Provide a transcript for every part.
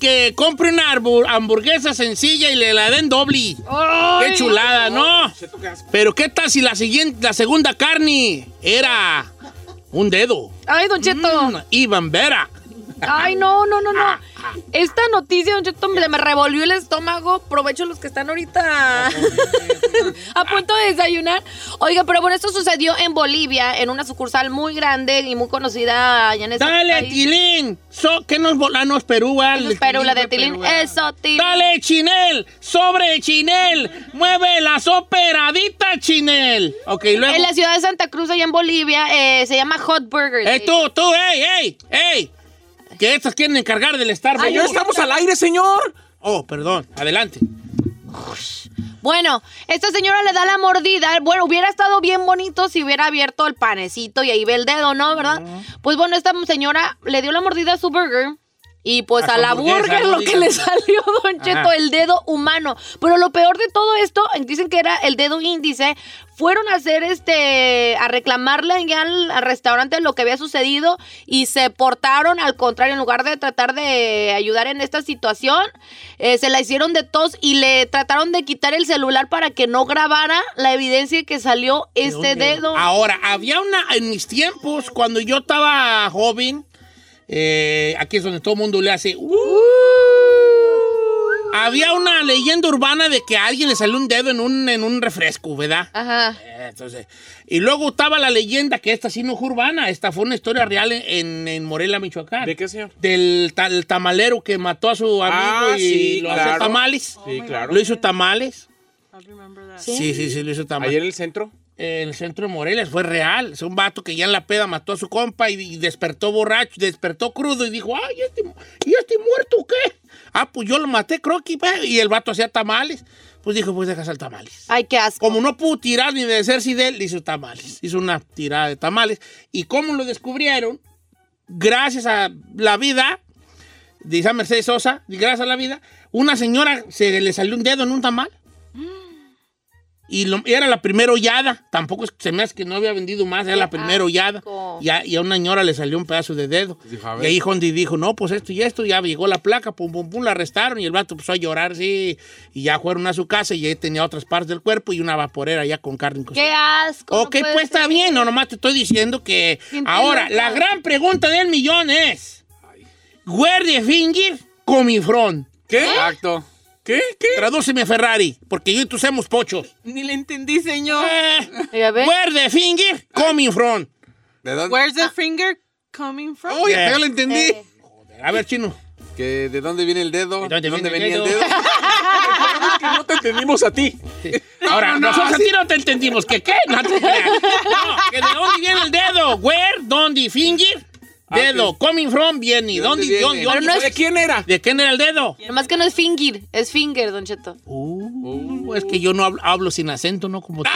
que compre una arbu- hamburguesa sencilla y le la den doble. ¡Qué chulada, no! Pero ¿qué tal si la, siguiente, la segunda carne era un dedo? Ay, Don Cheto. Y bambera. Ay, no, no, no, no. Esta noticia, Don Cheto, me, me revolvió el estómago. Aprovecho los que están ahorita a punto de desayunar. Oiga, pero bueno, esto sucedió en Bolivia, en una sucursal muy grande y muy conocida allá en ese Dale, país. Tilín. So, ¿Qué nos volanos Perú? al- Eso es Perú, eh. la de Tilín. Eso, Tilín. Dale, Chinel. Sobre Chinel. Mueve la soperadita, Chinel. Ok, luego. En Eh, la ciudad de Santa Cruz, allá en Bolivia, eh, se llama Hot Burger. ¡Ey, Eh, tú, tú! ¡Ey, ey, ey! Que estos quieren encargar del Starbucks. Ay, ¡Ya no, no, no. aire, señor! Oh, perdón. Adelante. Bueno, esta señora le da la mordida. Bueno, hubiera estado bien bonito si hubiera abierto el panecito y ahí ve el dedo, ¿no? ¿Verdad? Pues bueno, esta señora le dio la mordida a su burger. Y pues A su a, la hamburguesa, burger no lo digas. que le salió, Don Ajá. Cheto, el dedo humano. Pero lo peor de todo esto, dicen que era el dedo índice, fueron a hacer este, a reclamarle ya al, al restaurante lo que había sucedido y se portaron al contrario, en lugar de tratar de ayudar en esta situación, eh, se la hicieron de tos y le trataron de quitar el celular para que no grabara la evidencia que salió este dedo. Ahora, había una. En mis tiempos, cuando yo estaba joven, eh, aquí es donde todo el mundo le hace. "Uh". Había una leyenda urbana de que a alguien le salió un dedo en un, en un refresco, ¿verdad? Ajá. Eh, Entonces, y luego estaba la leyenda que esta sí no es urbana, esta fue una historia real en- en, en Morelia, Michoacán. ¿De qué, señor? Del ta- el tamalero que mató a su amigo Ah, y sí, lo claro. hacía Oh, tamales. Sí, claro. Lo hizo tamales. Ah, Sí. Sí, sí, sí, lo hizo tamales. ¿Ayer en el centro? En el centro de Morelia, fue real. Es un vato que ya en la peda mató a su compa y, y despertó borracho, despertó crudo y dijo, ay, este, ¿y este muerto qué? Ah, pues yo lo maté, creo que, pa". y el vato hacía tamales. Pues dijo, pues dejas al tamales. Ay, qué asco. Como no pudo tirar ni deshacerse de él, le hizo tamales. Hizo una tirada de tamales. ¿Y cómo lo descubrieron? Gracias a la vida, dice Mercedes Sosa, gracias a la vida, una señora se le salió un dedo en un tamal. Y lo- y era la primera hollada. Tampoco es- se me hace que no había vendido más. Era la primera hollada. Y a, y a una señora le salió un pedazo de dedo. ver. y ahí Hondi dijo, no, pues esto y esto. Ya llegó la placa, pum, pum, pum, la arrestaron. Y el vato empezó a llorar, sí. Y ya fueron a su casa y ahí tenía otras partes del cuerpo y una vaporera ya con carne. encostada. Qué asco. no Ok, puede pues está bien, no, nomás te estoy diciendo que... Gente Ahora, loca. la gran pregunta del millón es... Where the finger coming from? ¿Qué? ¿Eh? Exacto. ¿Qué? ¿Qué? Tradúceme Ferrari, porque yo y tú somos pochos. Eh, Ni le entendí, señor. Where the finger coming from? ¿De dónde? Where's the finger coming from? Oh, ya, ya lo entendí. Eh. A ver, chino. Que ¿De dónde viene el dedo? ¿De dónde, venía el dedo? no te entendimos a ti. Ahora, No, no, nosotros así- a ti no te entendimos. ¿Qué qué? No te creas. No, que de dónde viene el dedo. Where, dónde, finger, dedo. Coming from, viene. ¿De dónde, viene? dónde, Pero dónde? no es- ¿De quién era? ¿De quién era el dedo? ser. Nomás que no es finger, es finger, Don Cheto. Uh, es que yo no hablo, hablo sin acento, no como tú.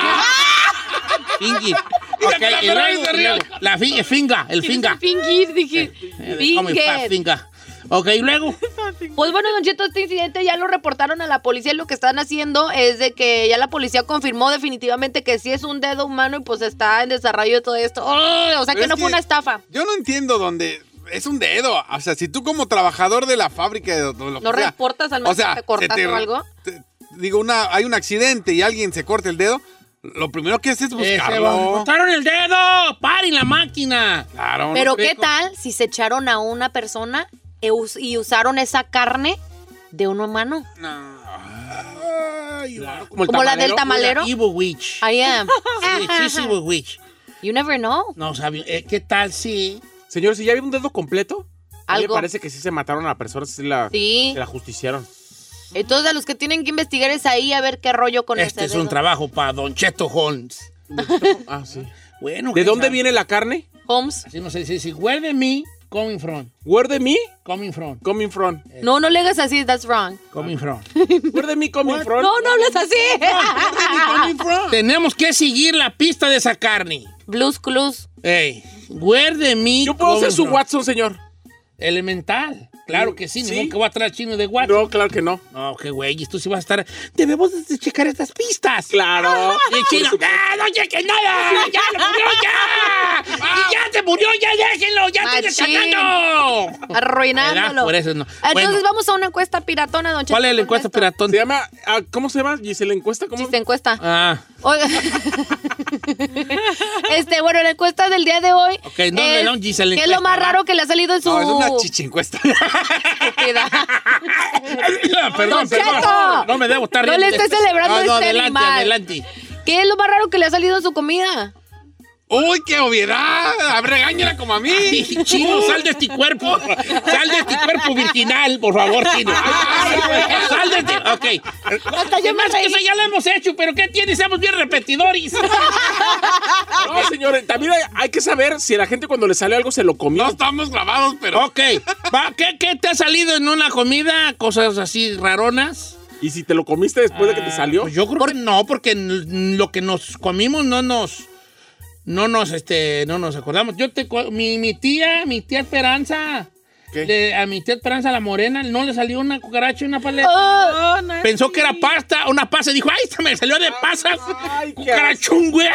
Finger. Ok, la y Ferrari luego- se y rió. luego, la fi- el finga, el finga. Eh, Fingir, dije. Come fast, Finger. finga. Ok, y luego. Pues bueno, Don Cheto, este incidente ya lo reportaron a la policía y lo que están haciendo es de que ya la policía confirmó definitivamente que sí es un dedo humano y pues está en desarrollo de todo esto. ¡Oh! O sea Pero que es no fue que- una estafa. Yo no entiendo dónde. Es un dedo. O sea, si tú como trabajador de la fábrica de lo que ¿No sea, reportas al menos o sea, que te cortaste se te- o algo? digo, una, hay un accidente y alguien se corta el dedo, lo primero que haces es va. buscarlo. ¡Cortaron eh, el dedo! ¡Paren la máquina! Claro, no Pero creo. ¿qué tal si se echaron a una persona e us- y usaron esa carne de un humano? Como, el Como la del tamalero. Evil Witch. I am. Sí, sí, es Evil Witch. You never know. No, sabio. eh, ¿Qué tal si...? Señor, si ya había un dedo completo, a mí me Algo. parece que sí se mataron a la persona, sí la, Sí. se la justiciaron. Entonces a los que tienen que investigar es ahí a ver qué rollo con Este este es un trabajo para Don Cheto Holmes. ah, sí. Bueno. ¿De dónde viene la carne? Holmes. Así no sé, sí, sí. Where de me coming from. Where de me Coming from. coming from. No, no le hagas así, that's wrong. Coming from. Where de me coming from. No, no hables así. Tenemos que seguir la pista de esa carne. Blues Clues. Ey, where de me Yo puedo ser su Watson, señor. Elemental. Claro que sí, ni Sí. modo que voy a traer al chino de guacho. No, claro que no. No, qué güey, tú sí vas a estar. Debemos de checar estas pistas. Claro. Y el chino, ¡ah, no cheques nada! ¡Ya lo murió, ya! ¡Y ya se murió, ya déjenlo! ¡Ya estoy Machín. desatando! ¿Verdad? Arruinándolo. Por eso no. Entonces Bueno. vamos a una encuesta piratona, don Cheto. ¿Cuál es la con encuesta esto. piratón? Se llama, ah, ¿cómo se llama? Gisela Encuesta, ¿cómo? Chiste encuesta. Ah, Oiga. este, bueno, la encuesta del día de hoy. Ok, no, no, no, Giselle, ¿Qué es lo encuesta, más va. raro que le ha salido en su No, es una chichincuesta. estúpida? perdón, Don Cheto. perdón. No me debo estar No le riendo. esté celebrando Ah, no, este adelante, animal. adelante. ¿Qué es lo más raro que le ha salido en su comida? ¡Uy, qué obviedad! Ah, Regáñala como a mí. Sí, chino, sal de este cuerpo. Sal de este cuerpo virginal, por favor, chino. Sal de este. Ok. Hasta yo me Además, que reí. eso ya lo hemos hecho, pero ¿qué tiene? Seamos bien repetidores. No, señores, también hay, hay que saber si a la gente cuando le sale algo se lo comió. No estamos grabados, pero. ok. Va, ¿Qué, ¿Qué te ha salido en una comida? Cosas así raronas. Y si te lo comiste después de que te salió. Pues yo creo que no, porque n- lo que nos comimos no nos. No nos, este, no nos acordamos. Yo te cu- mi, mi tía, mi tía Esperanza. ¿Qué? le- a mi tía Esperanza la morena, no le salió una cucaracha y una paleta. Oh, nasty. Pensó que era pasta, una pasa, y dijo, ¡ay, se me salió de pasas! Ay, qué ¡Cucarachón, güey!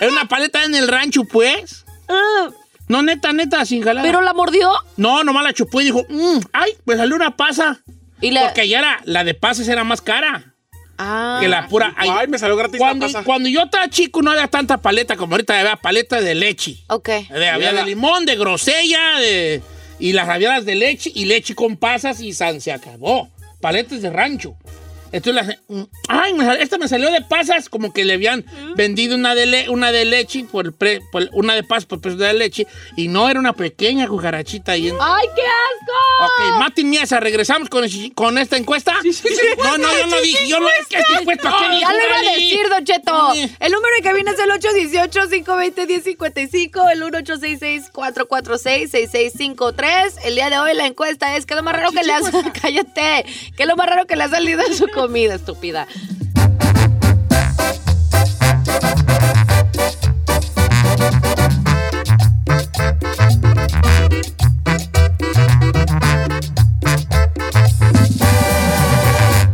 Era una paleta en el rancho, pues. Ah, No, neta, neta, sin jalar. ¿Pero la mordió? No, nomás la chupó y dijo, "Mm, ¡ay, me salió una pasa! Y la... Porque ya era, la de pasas era más cara Ah. que la pura... Ay, me salió gratis la cuando, pasa. cuando yo estaba chico no había tanta paleta como ahorita, había paleta de leche. Ok. De- había la- de limón, de grosella, de, y las rabiadas de leche, y leche con pasas, y san, se acabó. Paletes de rancho. Entonces, las- mm, ay, me sal- esta me salió de pasas, como que le habían vendido una de, le- una de leche, por, el pre- por el- una de pasas por el precio de la leche, y no era una pequeña cucarachita ahí. en- ¡Ay, qué asco! Ok, Mati Miesa, regresamos con, el chichi- con esta encuesta. No, no, yo no dije, yo no dije que esta encuesta. ¿qué Ya lo dijo iba a nadie? decir, Don Cheto. Sí. El número de cabina es el 818-520-1055, el 1866-446-6653. El día de hoy la encuesta es: ¿Qué es Ah, lo más raro que le has Cállate. ¿Qué es lo más raro que le ha salido en su comida, estúpida?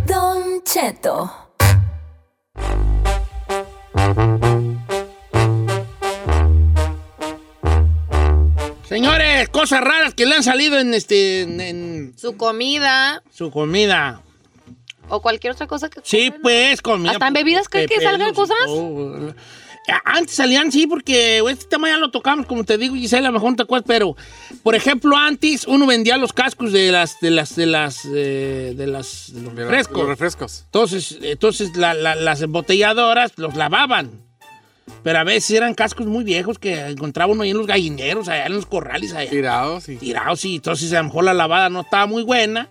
Don Cheto. Señores, cosas raras que le han salido en, este, en- en Su comida su comida. o cualquier otra cosa que. Sí, comen. pues, comida. ¿Hasta en bebidas creen creen que salgan cosas? Antes salían, sí, porque este tema ya lo tocamos, como te digo, Gisela, a lo mejor no te acuerdas, pero, por ejemplo, antes uno vendía los cascos de las, de las, de las, eh, de las, de los Mira, refrescos. Los refrescos. Entonces, entonces la- la- las embotelladoras los lavaban. Pero a veces eran cascos muy viejos que encontraba uno ahí en los gallineros, allá en los corrales, allá Tirados oh, sí. tirados y entonces a lo mejor la lavada no estaba muy buena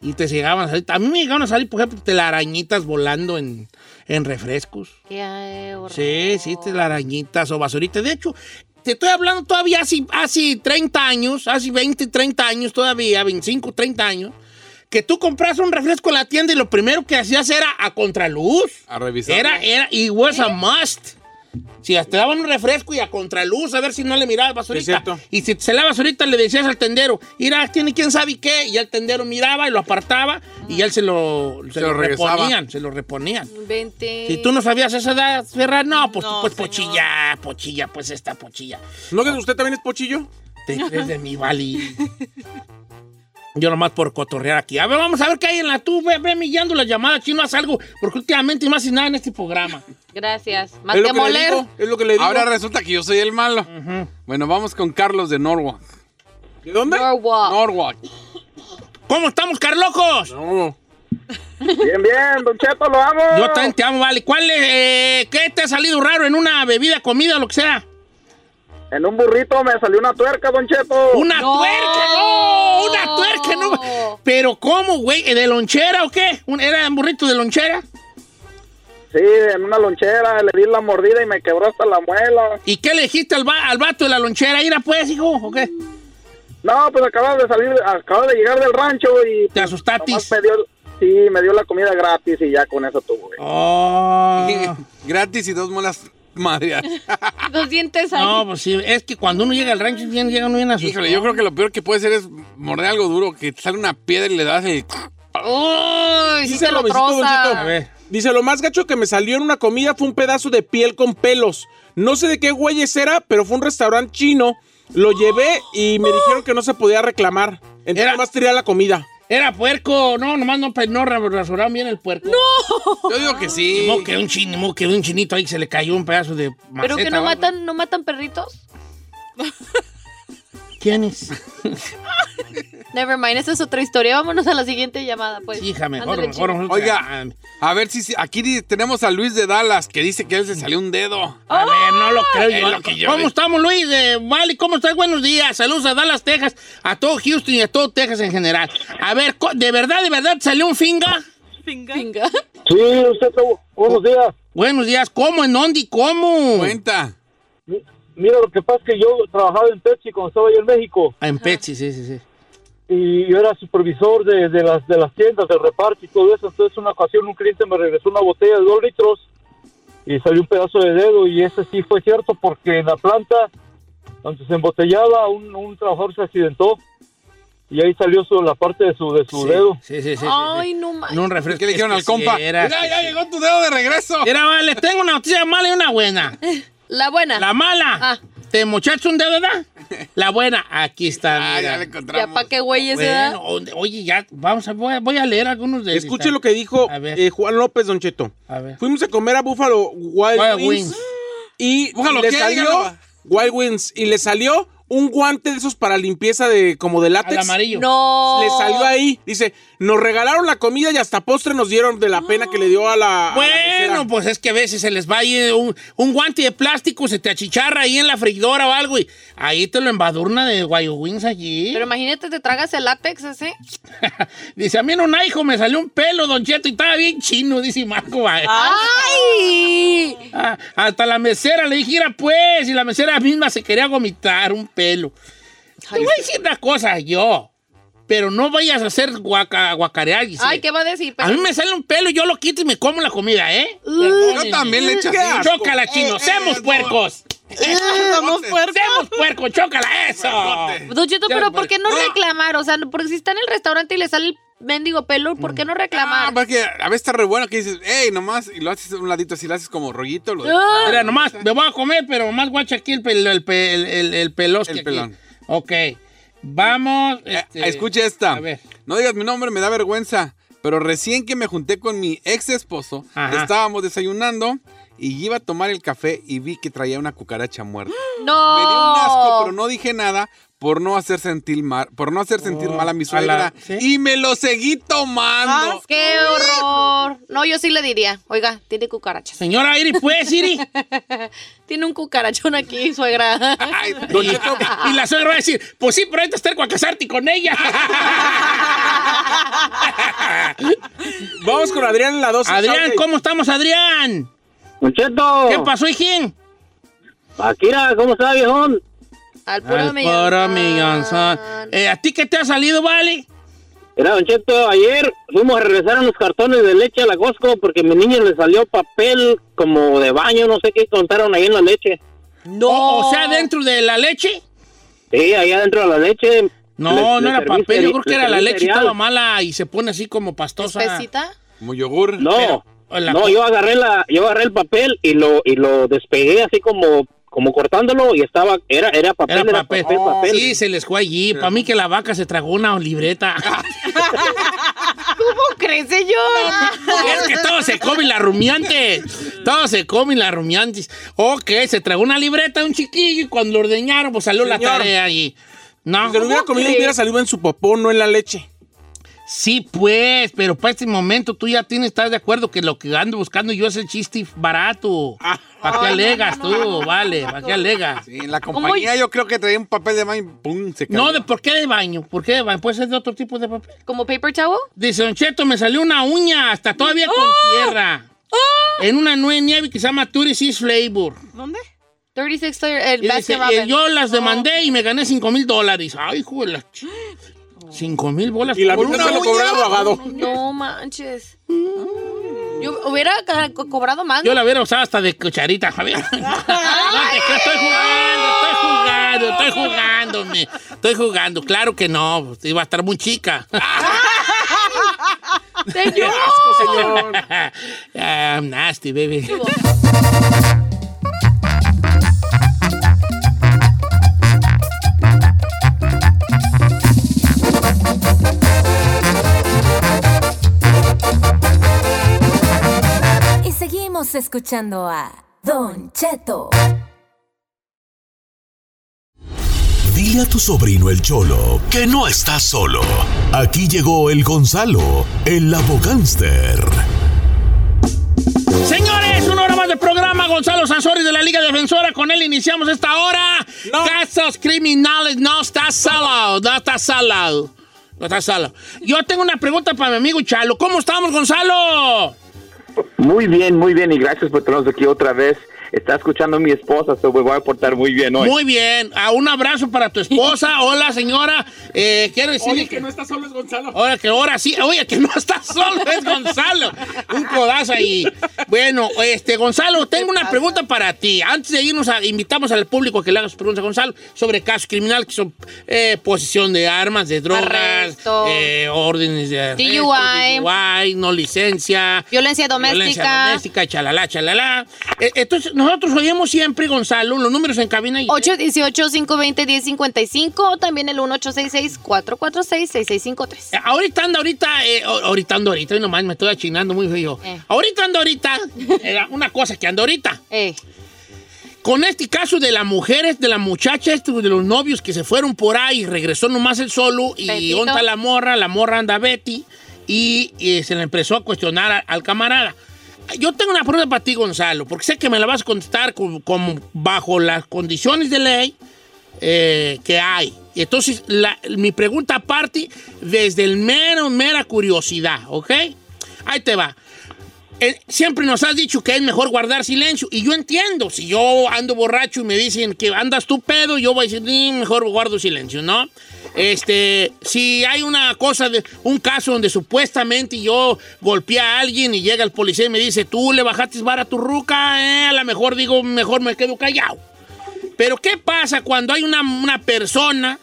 y te llegaban a salir. A mí me llegaron a salir, por ejemplo, telarañitas volando en, en refrescos. Qué horror. Sí, sí, telarañitas o basuritas. De hecho, te estoy hablando todavía hace, hace 30 años, hace 20, 30 años todavía, 25, 30 años, que tú compras un refresco en la tienda y lo primero que hacías era a contraluz. A revisar. Era, era, y was a must. Si te daban un refresco y a contraluz, a ver si no le mirabas basurita. Es cierto. Y si se la basurita le decías al tendero, mira, tiene quién sabe qué. Y ya el tendero miraba y lo apartaba y él se lo, se Se lo lo regresaba. reponían, se lo reponían. Vente. pues. Si tú no sabías esa edad, Ferra, no, pues, No, pues señor. pochilla, pochilla, pues esta pochilla. ¿No que usted también es pochillo? Te crees de mi Vali. Yo nomás por cotorrear aquí. A ver, vamos a ver qué hay en la tu. Ve, ve millando la llamada, chino, haz algo. Porque últimamente más y nada en este programa. Gracias. Más es lo que que le moler. digo, es lo que le digo. Ahora resulta que yo soy el malo. Bueno, vamos con Carlos de Norwalk. ¿De dónde? Norwalk. Norwalk. ¿Cómo estamos, Carlocos? No. Bien, bien, Don Cheto, lo amo. Yo también te amo, Vali. ¿Cuál es, eh, qué te ha salido raro en una bebida, comida, lo que sea? En un burrito me salió una tuerca, Don Cheto. ¡Una No. tuerca! ¡No! ¡Una tuerca! No. ¿Pero cómo, güey? ¿De lonchera o qué? ¿Un- ¿Era un burrito de lonchera? Sí, en una lonchera, le di la mordida y me quebró hasta la muela. ¿Y qué le dijiste al, va- al vato de la lonchera? ¿Ira pues, hijo? ¿O qué? No, pues acababa de salir, acababa de llegar del rancho y... ¿Te asustatis? nomás me dio, sí, me dio la comida gratis y ya con eso tuve. Oh. Gratis y dos muelas madre. Los dientes ahí. No, pues sí, es que cuando uno llega al rancho, bien, llega uno bien asustado. Híjole, yo creo que lo peor que puede ser es morder algo duro, que te sale una piedra y le das el... Uy, sí se Dice lo Lobecito, Don A troza. Cheto. ver. Dice, lo más gacho que me salió en una comida fue un pedazo de piel con pelos. No sé de qué güeyes era, pero fue un restaurante chino. Lo llevé y me dijeron que no se podía reclamar. Entonces Era- nada más tiré a la comida. Era puerco, no, nomás no, pues, no ra- rasuraron bien el puerco. No. Yo digo que sí. Ni modo que un chin, ni modo que un chinito ahí se le cayó un pedazo de maceta. Pero que no ¿va? matan, no matan perritos. ¿Quién es? Pues, Never mind, esa es otra historia. Vámonos a la siguiente llamada, pues. Hija, mejor, Ándale, mejor. chico. mejor- Oiga, a ver si, si- aquí di- tenemos a Luis de Dallas que dice que a él se salió un dedo. A ver, no lo creo Es yo. lo que yo ¿Cómo digo. estamos, Luis? Eh, vale, ¿cómo estás? Buenos días. Saludos a Dallas, Texas, a todo Houston y a todo Texas en general. A ver, co- ¿de verdad, de verdad te salió un finga? Finga. Venga. Sí, usted, tuvo- buenos días. Buenos días. ¿Cómo? ¿En dónde y cómo? Cuenta. Mi- Mira, lo que pasa es que yo trabajaba en Pepsi cuando estaba allá en México Ah, En Pepsi, sí, sí, sí. y yo era supervisor de, de las, de las tiendas, del reparto y todo eso. Entonces, una ocasión un cliente me regresó una botella de dos litros y salió un pedazo de dedo y ese sí fue cierto porque en la planta, donde se embotellaba, un, un trabajador se accidentó y ahí salió su, la parte de su, de su Sí, dedo. Sí, sí, sí. sí, Ay, sí. no ma- No, un refresco. ¿Qué le dijeron Es al que compa? sí era- Mira, ya llegó tu dedo de regreso. Mira, vale, tengo una noticia mala y una buena. La buena. La mala. Ah. ¿Te mochaste un dedo, verdad? La buena. Aquí está. Ah, mira. ya le ya encontramos. pa' qué güey ese Bueno, da. o- oye, ya, vamos a, voy a, voy a leer algunos de Escuche lo que dijo A ver. eh, Juan López, Don Cheto. A ver. Fuimos a comer a Buffalo Wild, Wild Wings, Wings. y Búfalo, le ¿qué? salió Dígalo. Wild Wings y le salió un guante de esos para limpieza de como de Al látex. amarillo. No. Le salió ahí, dice, nos regalaron la comida y hasta postre nos dieron de la pena que le dio a Ah, la. a la mesera". Bueno, pues es que a veces se les va ahí eh, un, un guante de plástico, se te achicharra ahí en la freidora o algo y ahí te lo embadurna de Guayo Wings allí. Pero imagínate, te tragas el látex ese. dice, a mí en un hijo me salió un pelo, don Cheto, y estaba bien chino, dice Marco. va. ¡Ay! Ah, hasta la mesera le dije, "Mira, pues, y la mesera misma se quería vomitar un pelo. Te voy a decir una cosa yo, pero no vayas a hacer guaca, guacarear, Giselle. Ay, ¿qué va a decir? A Pero- mí me sale un pelo, yo lo quito y me como la comida, ¿eh? Yo también le echo ¿Qué así. asco? Chócala, chino, Eh, seamos eh, puercos. Somos puercos. ¡Hacemos puerco! ¡Chócala eso! Don Cheto, Ya, pero bueno. ¿por qué no reclamar? O sea, porque si está en el restaurante y le sale el mendigo pelo, ¿por qué no Ah, reclamar? porque a veces está re bueno que dices, hey, nomás, y lo haces a un ladito así, lo haces como rollito. Lo dejas. Ah, Mira, nomás, me voy a comer, pero nomás guacha aquí el, pel, el, pe- el, el- el pelos El que aquí. pelón. Ok, vamos. Eh, este, escucha esta. a ver. No digas mi nombre, me da vergüenza. Pero recién que me junté con mi ex esposo, Ajá. estábamos desayunando y iba a tomar el café y vi que traía una cucaracha muerta. no. Me dio un asco, Oh. pero no dije nada por no hacer sentir mal, por no hacer sentir Oh, mal a mi a la- suegra. ¿sí? Ah, Y me lo seguí tomando. ¡Qué horror! No, yo sí le diría. Oiga, tiene cucarachas. Señora Iri, pues, Iri. Tiene un cucarachón aquí, suegra. Ay, y, y la suegra va a decir, pues sí, pero ahorita está a casarte con ella. Vamos con Adrián en la 12. Adrián, Saudi. ¿cómo estamos, Adrián? Concheto, Oh. ¿Qué pasó, hijín? Akira, ¿cómo está, viejón? Al puro Al millón. puro millonzón. Eh, ¿A ti qué te ha salido, Vale? Era Don Cheto, ayer fuimos a regresar unos cartones de leche a la Costco porque a mi niño le salió papel como de baño, no sé qué contaron ahí en la leche. No. o sea, dentro de la leche. Sí, ahí adentro de la leche. No, Le- no le era serví papel, yo cere- creo que le era la serví leche cereal. estaba mala y se pone así como pastosa. ¿Pesita? Como yogur. No, pero- la co- no, yo agarré la, yo agarré el papel y lo y lo despegué así como como cortándolo y estaba era era papel, Era era, papel. papel, papel. Oh, Sí, se les fue allí. Para mí que la vaca se tragó una libreta. ¿Cómo crees, señor? es que todo se come la rumiante. Todo se come la rumiante. Ok, se tragó una libreta un chiquillo y cuando lo ordeñaron, pues salió la Señor. tarea allí. No, Si se lo hubiera comido, hubiera salido en su popó, no en la leche. sí, pues, pero para este momento tú ya tienes, estás de acuerdo que lo que ando buscando yo es el chiste barato. Ah. ¿Para qué Ay, no, alegas no, no, no, tú? no, Vale, no, no, ¿para no. qué alegas? Sí, en la ¿Cómo compañía yo creo que traía un papel de baño y pum, se cayó. No, de, ¿por qué de baño? ¿Por qué de baño? Puede ser de otro tipo de papel. ¿Como paper towel? Dice, Don Cheto, me salió una uña, hasta todavía con ¡Oh! tierra. En una nue- nieve que se llama Tourist East Flavor. ¿Dónde? 36 el Y dice, Baskin eh, Robbins. yo las demandé y me gané 5 mil dólares. Ay, hijo de la ch- 5 mil bolas. Y la por mitad una se lo uña. cobró el abogado. No manches. Yo hubiera ca- co- cobrado más. Yo la hubiera usado hasta de cucharita, Javier. No, te creo, estoy jugando, estoy jugando, estoy jugando, me- estoy jugando. Claro que no, pues, iba a estar muy chica. Señor. I'm Ah, nasty, baby. Y seguimos escuchando a Don Cheto. Dile a tu sobrino el Cholo que no está solo. Aquí llegó el Gonzalo, el Labogánster. Señores, una hora más de programa. Gonzalo Sanzori de la Liga Defensora. Con él iniciamos esta hora. Casos criminales. No está salado. No está salado. No está salado. Yo tengo una pregunta para mi amigo Chalo. ¿Cómo estamos, Gonzalo? Muy bien, muy bien, y gracias por tenernos aquí otra vez. Está escuchando mi esposa, se me voy a portar muy bien hoy. Muy bien. Ah, un abrazo para tu esposa. Hola, señora. Eh, quiero decirle Oye, que no está solo es Gonzalo. Ahora que ahora sí, oye, que no estás solo, es Gonzalo. Un codazo ahí. Bueno, este, Gonzalo, tengo una pregunta para ti. Antes de irnos, a- invitamos al público a que le haga sus preguntas a Gonzalo sobre casos criminales que son eh, posesión de armas, de drogas, Arresto. eh, órdenes de arresto, DUI. DUI, no licencia. Violencia doméstica. Violencia doméstica, chalala, chalala. Eh, Entonces, nosotros oímos siempre, Gonzalo, los números en cabina. Y, 818-520-1055 o también el 1866-446-6653. Eh, Ahorita anda, ahorita, eh, o- ahorita ando ahorita, y nomás me estoy achinando muy feo. Eh. Ahorita ando ahorita, era una cosa que ando ahorita. Eh, Con este caso de las mujeres, de la muchacha, este, de los novios que se fueron por ahí, regresó nomás el solo y Betito. onta la morra, la morra anda Betty y, eh, se le empezó a cuestionar a- al camarada. Yo tengo una pregunta para ti, Gonzalo, porque sé que me la vas a contestar como, como bajo las condiciones de ley eh, que hay. Y Entonces, la- mi pregunta parte desde el mero, mera curiosidad, ¿ok? Ahí te va. Eh, siempre nos has dicho que es mejor guardar silencio. Y yo entiendo, si yo ando borracho y me dicen que andas tú pedo, yo voy a decir, "Ni, mejor guardo silencio, ¿no? Este, si hay una cosa, de, un caso donde supuestamente yo golpeé a alguien y llega el policía y me dice, tú le bajaste vara a tu ruca, eh, a lo mejor digo, mejor me quedo callado. Pero ¿qué pasa cuando hay una, una persona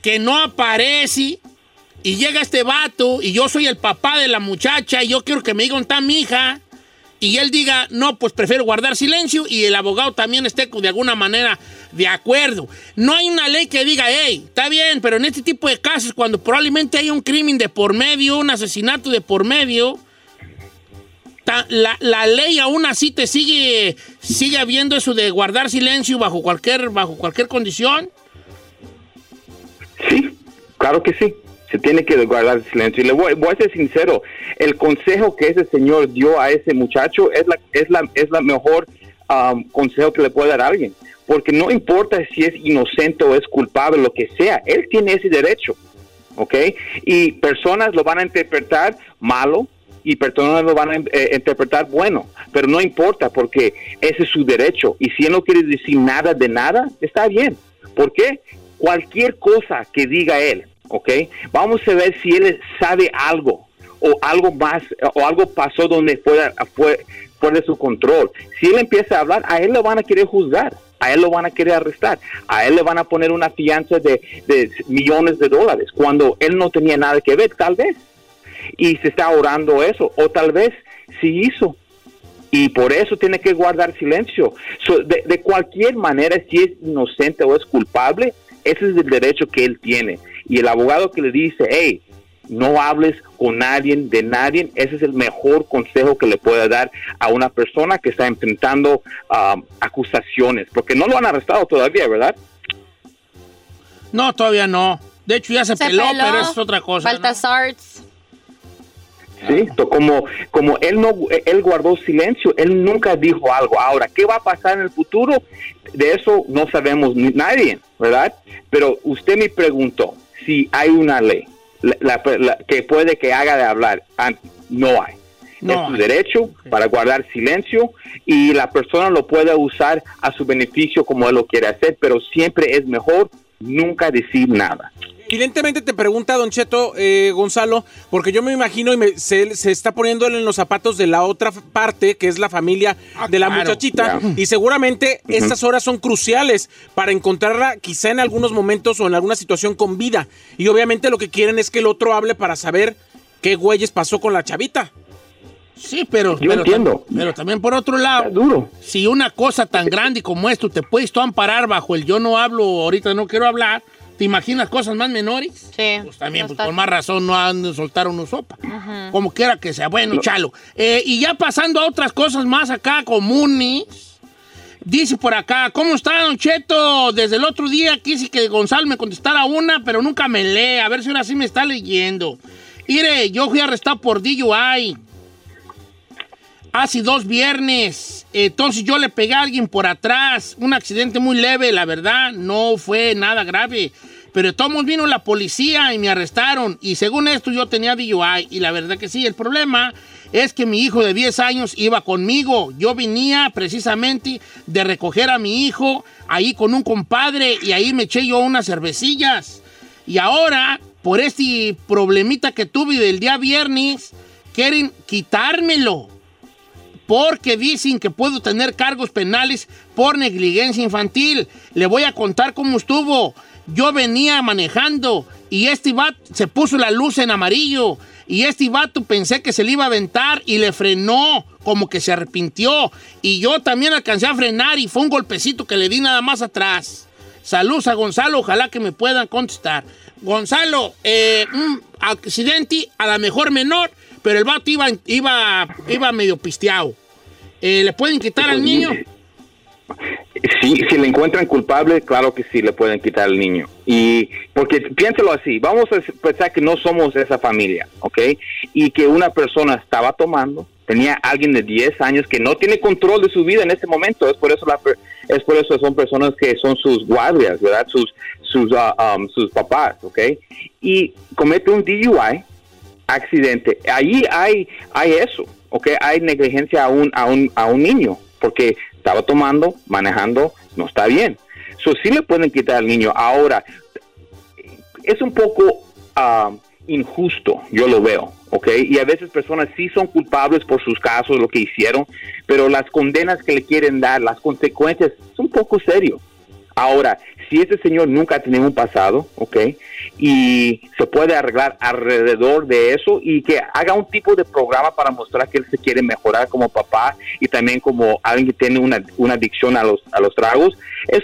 que no aparece y llega este vato y yo soy el papá de la muchacha y yo quiero que me digan tan mi hija y él diga, no, pues prefiero guardar silencio y el abogado también esté de alguna manera de acuerdo. No hay una ley que diga, hey, está bien, pero en este tipo de casos, cuando probablemente hay un crimen de por medio, un asesinato de por medio, ta- la, la ley aún así te sigue, sigue habiendo eso de guardar silencio bajo cualquier, bajo cualquier condición. Sí, claro que sí. Se tiene que guardar silencio. Y le voy, voy a ser sincero, el consejo que ese señor dio a ese muchacho es la, es la, es la mejor um, consejo que le puede dar a alguien. Porque no importa si es inocente o es culpable, lo que sea, él tiene ese derecho. ¿Ok? Y personas lo van a interpretar malo y personas lo van a eh, interpretar bueno. Pero no importa porque ese es su derecho. Y si él no quiere decir nada de nada, está bien. ¿Por qué? Cualquier cosa que diga él, ¿ok? Vamos a ver si él sabe algo o algo más o algo pasó donde fuera, fue, fuera de su control. Si él empieza a hablar, a él lo van a querer juzgar, a él lo van a querer arrestar, a él le van a poner una fianza de, de millones de dólares cuando él no tenía nada que ver, tal vez. Y se está orando eso, o tal vez sí hizo, y por eso tiene que guardar silencio. So, de, de cualquier manera, si es inocente o es culpable, ese es el derecho que él tiene. Y el abogado que le dice, hey, no hables con nadie, de nadie, ese es el mejor consejo que le puede dar a una persona que está enfrentando ah, acusaciones, porque no lo han arrestado todavía, ¿verdad? No, todavía no. De hecho, ya se, se peló, peló. pero eso es otra cosa. ¿no? Baltasar. Sí, to- como, como él no él guardó silencio, él nunca dijo algo. Ahora, ¿qué va a pasar en el futuro? De eso no sabemos ni- nadie, ¿verdad? Pero usted me preguntó si hay una ley la- la- la- que puede que haga de hablar. Ah, No hay. No es su hay. derecho para guardar silencio y la persona lo puede usar a su beneficio como él lo quiere hacer, pero siempre es mejor nunca decir nada. Evidentemente te pregunta Don Cheto, eh, Gonzalo, porque yo me imagino y me- se, se está poniendo él en los zapatos de la otra f- parte, que es la familia de la Ah, claro. muchachita, Ya. y seguramente estas horas son cruciales para encontrarla quizá en algunos momentos o en alguna situación con vida. Y obviamente lo que quieren es que el otro hable para saber qué güeyes pasó con la chavita. Sí, pero. Yo pero, entiendo. Pero también por otro lado. Está duro. si una cosa tan grande como esto te puedes tú amparar bajo el yo no hablo, ahorita no quiero hablar, ¿te imaginas cosas más menores? Sí. Pues también, No pues, está- por más razón no han soltar una sopa. Como quiera que sea. Bueno, chalo. Eh, y ya pasando a otras cosas más acá comunes. Dice por acá, ¿cómo está, Don Cheto? Desde el otro día quise que Gonzalo me contestara una, pero nunca me lee. A ver si ahora sí me está leyendo. Mire, yo fui arrestado por DUI hace dos viernes. Entonces yo le pegué a alguien por atrás. Un accidente muy leve, la verdad, no fue nada grave. Pero de todos modos vino la policía y me arrestaron. Y según esto yo tenía DUI. Y la verdad que sí, el problema es que mi hijo de 10 años iba conmigo. Yo venía precisamente de recoger a mi hijo ahí con un compadre y ahí me eché yo unas cervecillas. Y ahora, por este problemita que tuve del día viernes, quieren quitármelo porque dicen que puedo tener cargos penales por negligencia infantil. Le voy a contar cómo estuvo. Yo venía manejando y este vato se puso la luz en amarillo y este vato pensé que se le iba a aventar y le frenó, como que se arrepintió. Y yo también alcancé a frenar y fue un golpecito que le di nada más atrás. Saludos a Gonzalo, ojalá que me puedan contestar. Gonzalo, eh, un accidente a la mejor menor, pero el vato iba, iba, iba medio pisteado. Eh, ¿Le pueden quitar al niño? Si, si le encuentran culpable, claro que sí le pueden quitar al niño. Y porque piénselo así, vamos a pensar que no somos esa familia, ¿ok? Y que una persona estaba tomando, tenía alguien de 10 años que no tiene control de su vida en este momento, es por eso la per- es por eso son personas que son sus guardias, ¿verdad? Sus sus ah, um, sus papás, ¿ok? Y comete un DUI, accidente. Ahí hay, hay eso, ¿ok? Hay negligencia a un, a, un, a un niño, porque estaba tomando, manejando, no está bien. So, sí le pueden quitar al niño. Ahora, es un poco ah, injusto, yo lo veo, ¿ok? Y a veces personas sí son culpables por sus casos, lo que hicieron, pero las condenas que le quieren dar, las consecuencias, es un poco serio. Ahora, si este señor nunca ha tenido un pasado, ¿ok? Y se puede arreglar alrededor de eso y que haga un tipo de programa para mostrar que él se quiere mejorar como papá y también como alguien que tiene una, una adicción a los, a los tragos, es,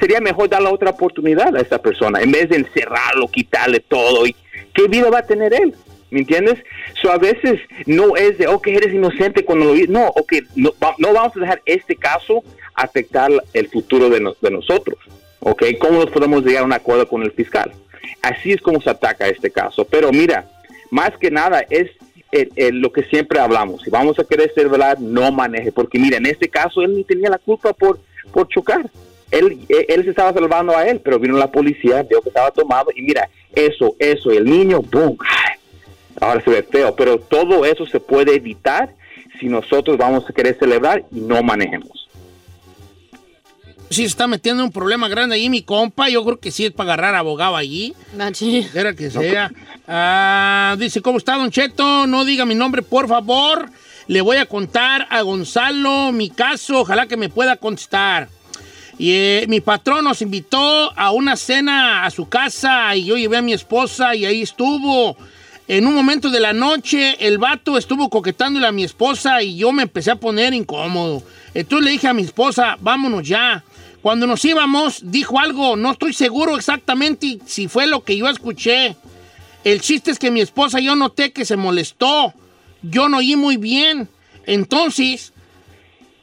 sería mejor darle otra oportunidad a esta persona en vez de encerrarlo, quitarle todo. ¿Y qué vida va a tener él? ¿Me entiendes? So, a veces no es de, ok, eres inocente cuando lo vi. No, ok, no, va- no vamos a dejar este caso afectar el futuro de, nos- de nosotros. ¿Ok? ¿Cómo nos podemos llegar a un acuerdo con el fiscal? Así es como se ataca este caso. Pero mira, más que nada es el- el- lo que siempre hablamos. Si vamos a querer ser verdad, no maneje. Porque mira, en este caso él ni tenía la culpa por, por chocar. Él, eh, él- él se estaba salvando a él, pero vino la policía, vio que estaba tomado y mira, eso, eso, y el niño, boom, ¡ay! ahora se ve feo, pero todo eso se puede evitar si nosotros vamos a querer celebrar y no manejemos. Sí, se está metiendo en un problema grande ahí mi compa. Yo creo que sí es para agarrar abogado allí. Ah, Nachi. Era que sea. Ah, dice, ¿cómo está, Don Cheto? No diga mi nombre, por favor. Le voy a contar a Gonzalo mi caso. Ojalá que me pueda contestar. Y eh, mi patrón nos invitó a una cena a su casa y yo llevé a mi esposa y ahí estuvo. En un momento de la noche, el vato estuvo coquetándole a mi esposa y yo me empecé a poner incómodo. Entonces le dije a mi esposa, vámonos ya. Cuando nos íbamos, dijo algo, no estoy seguro exactamente si fue lo que yo escuché. El chiste es que mi esposa yo noté que se molestó. Yo no oí muy bien. Entonces,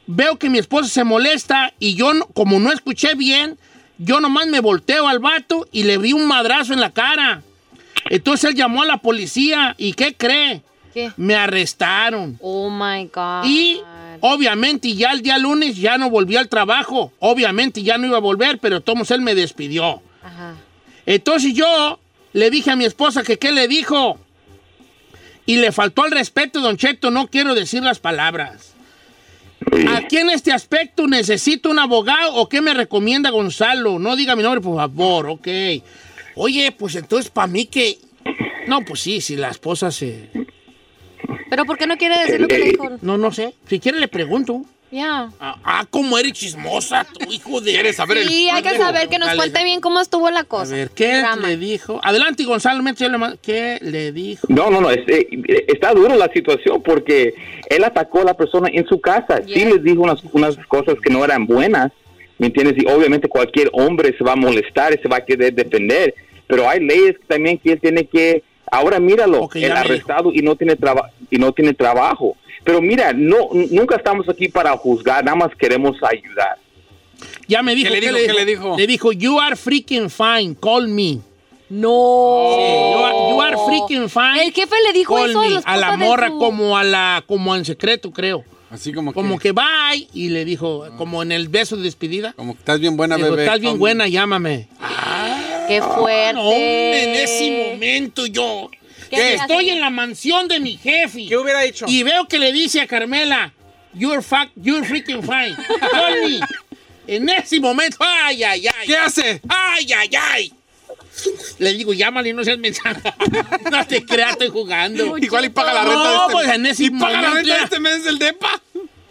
veo que mi esposa se molesta y yo, no- como no escuché bien, yo nomás me volteo al vato y le vi un madrazo en la cara. Entonces él llamó a la policía y ¿qué cree? ¿Qué? Me arrestaron. Oh my God. Y obviamente ya el día lunes ya no volví al trabajo. Obviamente ya no iba a volver, pero Tomás él me despidió. Ajá. Entonces yo le dije a mi esposa que qué le dijo. Y le faltó al respeto, don Cheto, no quiero decir las palabras. Aquí en este aspecto necesito un abogado o qué me recomienda Gonzalo. No diga mi nombre, por favor, ok. Oye, pues entonces para mí que... No, pues sí, si la esposa se... Pero ¿por qué no quiere decir lo que le dijo? No, no sé. Si quiere le pregunto. Ya. Ah, ah, cómo eres chismosa, tu hijo de... ¿Quieres saber el- Sí, hay que saber que nos Dale, cuente dale. bien cómo estuvo la A cosa. ver, ¿qué Drama. le dijo? Adelante, Gonzalo, métete la mano. ¿qué le dijo? No, no, no, es- eh, eh, está duro la situación porque él atacó a la persona en su casa, sí Yeah. les dijo unas, unas cosas que no eran buenas, ¿me entiendes? Y obviamente cualquier hombre se va a molestar, se va a querer defender, pero hay leyes también que él tiene que, ahora míralo, Ok, ya el me dijo. arrestado y no tiene traba- y no tiene trabajo. Pero mira, no, n- nunca estamos aquí para juzgar, nada más queremos ayudar. Ya me dijo. ¿Qué le dijo? ¿Qué le dijo? Le dijo, you are freaking fine, call me. No. Sí, you, are, you are freaking fine. El jefe le dijo call eso a me. la esposa la de morra su- como a la, como en secreto, creo. Así como que. Como que bye. Y le dijo, como en el beso de despedida. como que estás bien Ah, buena, Dijo, bebé. estás bien Tom". buena, llámame. Qué fuerte. Ah, No, hombre, en ese momento yo. ¿Qué que harías, estoy señor? en la mansión de mi jefe. ¿Qué hubiera hecho? Y veo que le dice a Carmela, you're, fuck, you're freaking fine. Call me. En ese momento, ay, ay, ay. ¿Qué hace? ¡Ay, ay, ay! Le digo, llámale, no seas mensaje. No te creas, estoy jugando. Igual y paga la renta de No, este pues en ese Y paga la momento renta de ya. este mes del DEPA.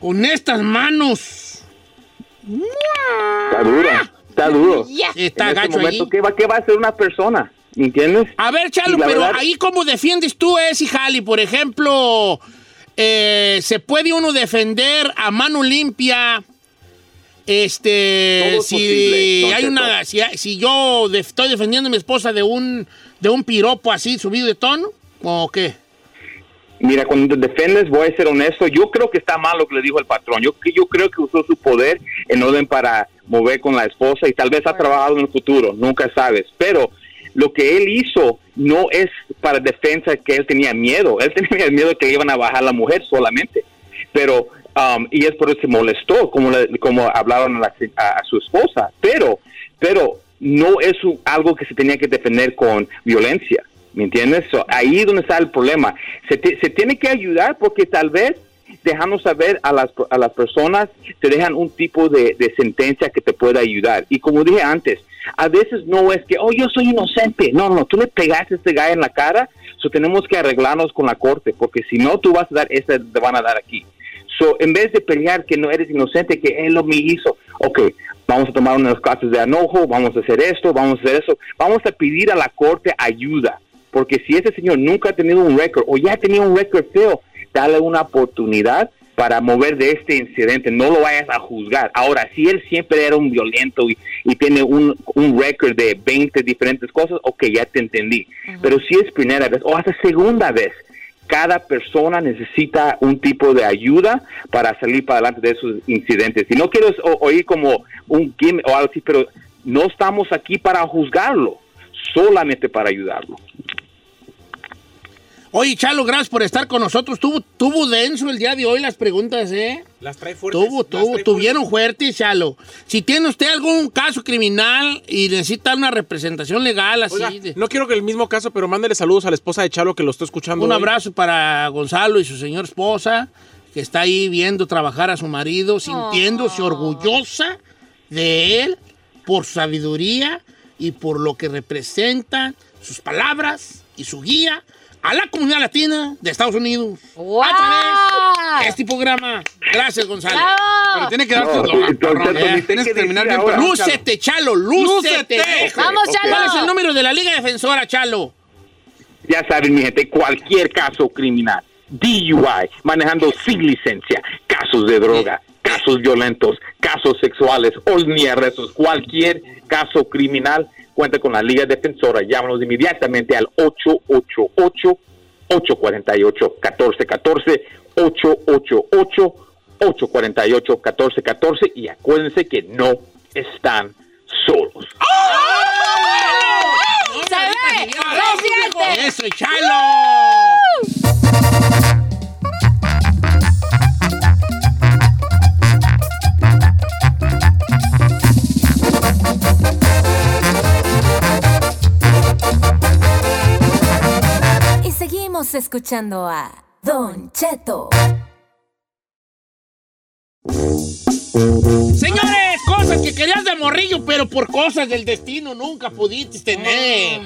Con estas manos. Está duro, está duro. Está en este gacho momento, ahí. ¿qué va, ¿qué va a hacer una persona? ¿Me entiendes? A ver, Chalo, Y la pero verdad- ahí como defiendes tú ese Jali, por ejemplo, eh, ¿se puede uno defender a mano limpia? Este, Todo es si posible, don hay Cheto. una, si, hay- si yo de- estoy defendiendo a mi esposa de un, de un piropo así subido de tono, ¿o qué? Mira, cuando te defiendes, voy a ser honesto, yo creo que está mal lo que le dijo el patrón. Yo, yo creo que usó su poder en orden para mover con la esposa y tal vez ha trabajado en el futuro, nunca sabes. Pero lo que él hizo no es para defensa que él tenía miedo. Él tenía miedo que le iban a bajar a la mujer solamente. Pero, um, y es por eso que se molestó, como, le- como hablaron a, la- a- a su esposa. Pero, pero no es un- algo que se tenía que defender con violencia. ¿Me entiendes? So, ahí es donde está el problema. Se, te- se tiene que ayudar porque tal vez dejando saber a las, a las personas, te dejan un tipo de, de sentencia que te pueda ayudar. Y como dije antes, a veces no es que, oh, yo soy inocente. No, no, tú le pegaste a este gallo en la cara, so tenemos que arreglarnos con la corte, porque si no, tú vas a dar, esta te van a dar aquí. So, en vez de pelear que no eres inocente, que él lo me hizo, ok, vamos a tomar unas clases de anojo, vamos a hacer esto, vamos a hacer eso, vamos a pedir a la corte ayuda, porque si ese señor nunca ha tenido un récord o ya tenía un récord feo, dale una oportunidad para mover de este incidente, no lo vayas a juzgar. Ahora, si él siempre era un violento y, y tiene un, un récord de 20 diferentes cosas, ok, ya te entendí. Pero si es primera vez o hasta segunda vez, cada persona necesita un tipo de ayuda para salir para adelante de esos incidentes. Y no quiero o- oír como un gim o algo así, pero no estamos aquí para juzgarlo, solamente para ayudarlo. Oye, Chalo, gracias por estar con nosotros. Tuvo, tuvo denso el día de hoy las preguntas, ¿eh? Las trae fuertes. Tuvo, las tuvo, trae tuvieron fuertes. fuerte, Chalo. Si tiene usted algún caso criminal y necesita una representación legal así, Oiga, de- no quiero que el mismo caso, pero mándale saludos a la esposa de Chalo que lo está escuchando. un hoy. abrazo para Gonzalo y su señor esposa, que está ahí viendo trabajar a su marido, sintiéndose orgullosa de él por su sabiduría y por lo que representan sus palabras y su guía a la comunidad latina de Estados Unidos. ¡Guau! A través de este programa. Gracias, Gonzalo. Pero ¡Bravo! tiene que dar No, tu eslogan, sí, cabrón. Don ni Cheto, Eh, sé Tienes que qué terminar decir bien ahora. perrón, Lúcete, Chalo, lúcete. Lúcete. ¡Vamos, Ok, Chalo! ¿Cuál es el número de la Liga Defensora, Chalo? Ya saben, mi gente, cualquier caso criminal, DUI, manejando sin licencia, casos de droga, casos violentos, casos sexuales, o ni arrestos, cualquier caso criminal, cuenta con la Liga Defensora. Llámanos inmediatamente al 888-848-1414, 888-848-1414 y acuérdense que no están solos. ¡Se ¡Eh! ve! ¡Se ¡Eso, siente! Chalo! Y seguimos escuchando a Don Cheto. Señores, cosas que querías de morrillo, pero por cosas del destino nunca pudiste tener.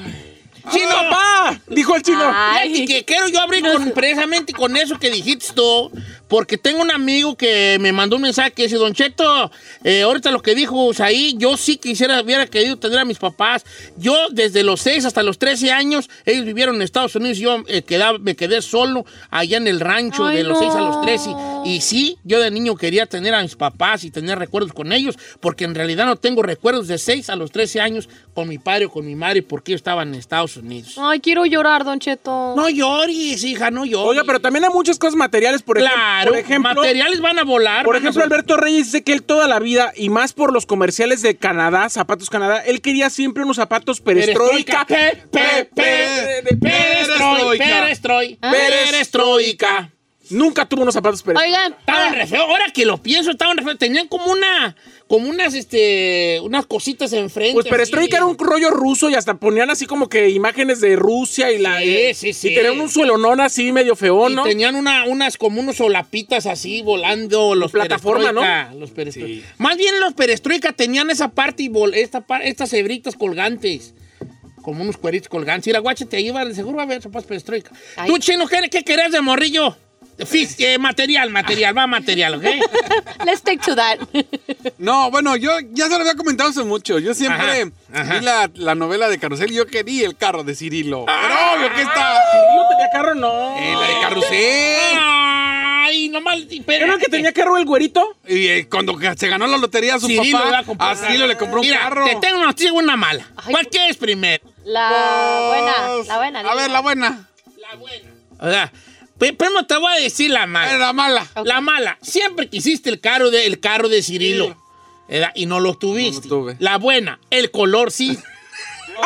¡Chino, ¡Papá! ¡Ah! Dijo el chino. Ah, Ay. Fíjate que quiero yo abrir con- precisamente con eso que dijiste tú, porque tengo un amigo que me mandó un mensaje que dice, Don Cheto, eh, ahorita lo que dijo ahí, yo sí quisiera, hubiera querido tener a mis papás. Yo desde los 6 hasta los 13 años, ellos vivieron en Estados Unidos, yo eh, quedaba- me quedé solo allá en el rancho Ay, de los 6 a no. los 13. Y sí, yo de niño quería tener a mis papás y tener recuerdos con ellos, porque en realidad no tengo recuerdos de 6 a los 13 años con mi padre o con mi madre, porque ellos estaban en Estados Unidos. Ay, quiero llorar, Don Cheto. No llores, hija, no llores. Oiga, pero también hay muchas cosas materiales, por, ejem- claro, por ejemplo. materiales van a volar. Por van a ejemplo, volar. Alberto Reyes dice que él toda la vida, y más por los comerciales de Canadá, Zapatos Canadá, él quería siempre unos zapatos perestroika. Pe- pe- pe- Pe- pe- Perestroika. Perestroika. Perestroika. Nunca tuvo unos zapatos perestroika. Oigan, Ah. Estaban re feo. Ahora que lo pienso, estaban re feo. Tenían como una, como unas, este, unas cositas enfrente. Pues así. perestroika era un rollo ruso y hasta ponían así como que imágenes de Rusia y la. eh, Sí, sí, sí. Y tenían un suelonón así medio feo, Y ¿no? tenían una, unas como unos solapitas así volando los plataforma, perestroika, Los perestroika. Más bien los perestroika tenían esa parte y vol- esta par- estas hebritas colgantes. Como unos cueritos colgantes. Y la guacha te iba, de seguro va a haber zapatos perestroika. Ay. Tú, chino, ¿qué, qué querés de morrillo? Fis- eh, material, material, va material, ¿ok? Let's take to that. No, bueno, yo ya se lo había comentado hace mucho. Yo siempre Ajá, ajá. Ah. vi la, la novela de Carrusel y yo quería el carro de Cirilo. Pero obvio que está. Yo tenía carro, no. Eh, la de Ah. Carrusel. Ay, no mal. Pero este, ¿Era el que tenía carro el güerito? Y eh, cuando que- se ganó la lotería, su Cirilo le va papá a comprar a Cirilo le compró un Mira, carro. Te tengo una noticia y una mala. Ay, ¿Cuál quieres primero? La Ah, buena, Pues, la buena. A ver, la buena. La buena. O sea, pe- primero te voy a decir la mala. Era la mala. Ok. La mala. Siempre quisiste el carro de, el carro de Cirilo. ¿verdad? Y no lo tuviste. tuve. La buena, el color sí.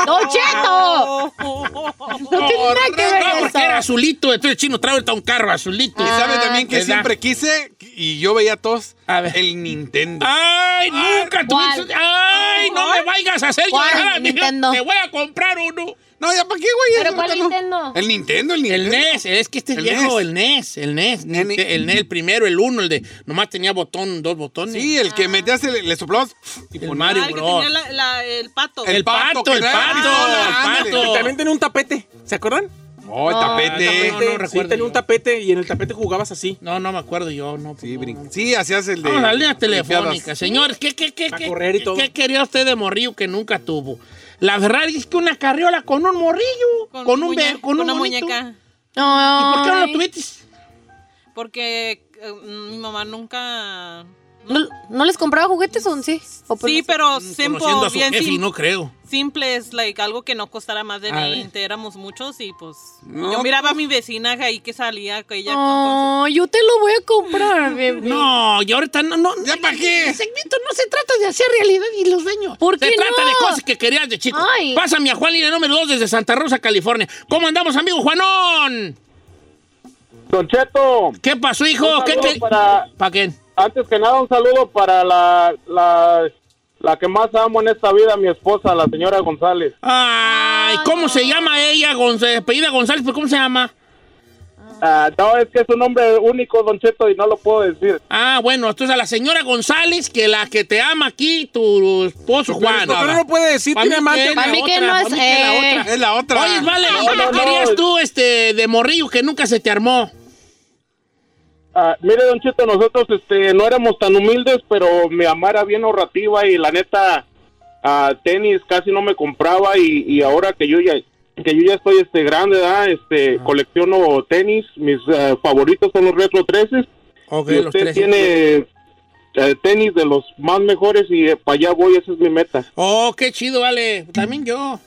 ¡Don Cheto! No tiene nada que ver No, eso. porque era azulito. Entonces el chino trae ahorita un carro azulito. Y Ah. sabe también que Ah, ¿verdad? siempre quise y yo veía a todos A ver. Ah. el Nintendo. ¡Ay, nunca Ah, ¿cuál? tuviste! ¡Ay, no me vayas a hacer ¿Cuál? llorar, amigo. Nintendo. Te voy a comprar uno. No, ya para qué, güey. ¿Pero Eso cuál ahorita no. Nintendo? El Nintendo, el El Nintendo. NES, es que este El viejo, NES. el NES, el NES, el Nene. NES, el, primero, el uno, el de nomás tenía botón, dos botones. Sí, el que metías, le, le soplabas y el ponías. Mario Ay, Ah, que Bros. tenía la- la- el pato. Ah, El, El pato, pato, el que era- pato, Ah, el ándale. pato. Y también tenía un tapete. ¿Se acuerdan? Oh, el tapete. No, no, no Sí, recuerdo tenía yo. un tapete y en el tapete jugabas así. No, no me acuerdo yo, no. Sí, no, brin- no. sí, hacías el de. Vamos a la línea telefónica, Olimpiadas. señores. ¿Qué, qué, qué, Pa' qué, correr y qué- todo. qué quería usted de morrillo que nunca tuvo? La Ferrari es que una carriola con un morrillo, con, un, muñe- be- con un una bonito. muñeca. ¿Y por qué no lo Ay. tuviste? Porque eh, mi mamá nunca. ¿No, no les compraba juguetes o sí? Oh, ¿O por- Sí, pero siempre Conociendo a su bien jefe, sim- no creo. simple es like algo que no costara más de A ver. 20, éramos muchos y pues No. yo miraba a mi vecina ahí que salía que ella con- No, yo te lo voy a comprar, bebé. No, y ahorita no, no. ¿Ya pa' qué? El segmento no se trata de hacer realidad y los sueños. ¿Por qué Se trata no? de cosas que querías de chico. Ay. Pásame a Juan, línea número 2 desde Santa Rosa, California. ¿Cómo andamos, amigo Juanón? Don Cheto, ¿Qué pasó, hijo? Un ¿Qué saludo qué- para- ¿Pa' quién? antes que nada un saludo para la, la, la que más amo en esta vida, mi esposa, la señora González. Ay, ¿cómo se llama ella? Gonz- Pedida González, ¿pero cómo se llama? Ah, no, es que es un nombre único, Don Cheto, y no lo puedo decir. Ah, bueno, entonces a la señora González, que la que te ama aquí, tu esposo Juan. Pero no lo puede decir, Pa' tiene mí amante. que Pa' la mí que otra, no pa' es mí que la él. otra. Es la otra. Oye, vale, No, ¿y no, qué no. querías tú este, de morrillo que nunca se te armó? Ah, mire, Don Cheto, nosotros este, no éramos tan humildes, pero mi mamá era bien ahorrativa y la neta, ah, tenis casi no me compraba y, y ahora que yo ya que yo ya estoy este grande, ¿verdad? este colecciono tenis, mis ah, favoritos son los Retro 13 Ok, y usted tiene eh, tenis de los más mejores y para allá voy, esa es mi meta. Oh, qué chido, vale. También yo.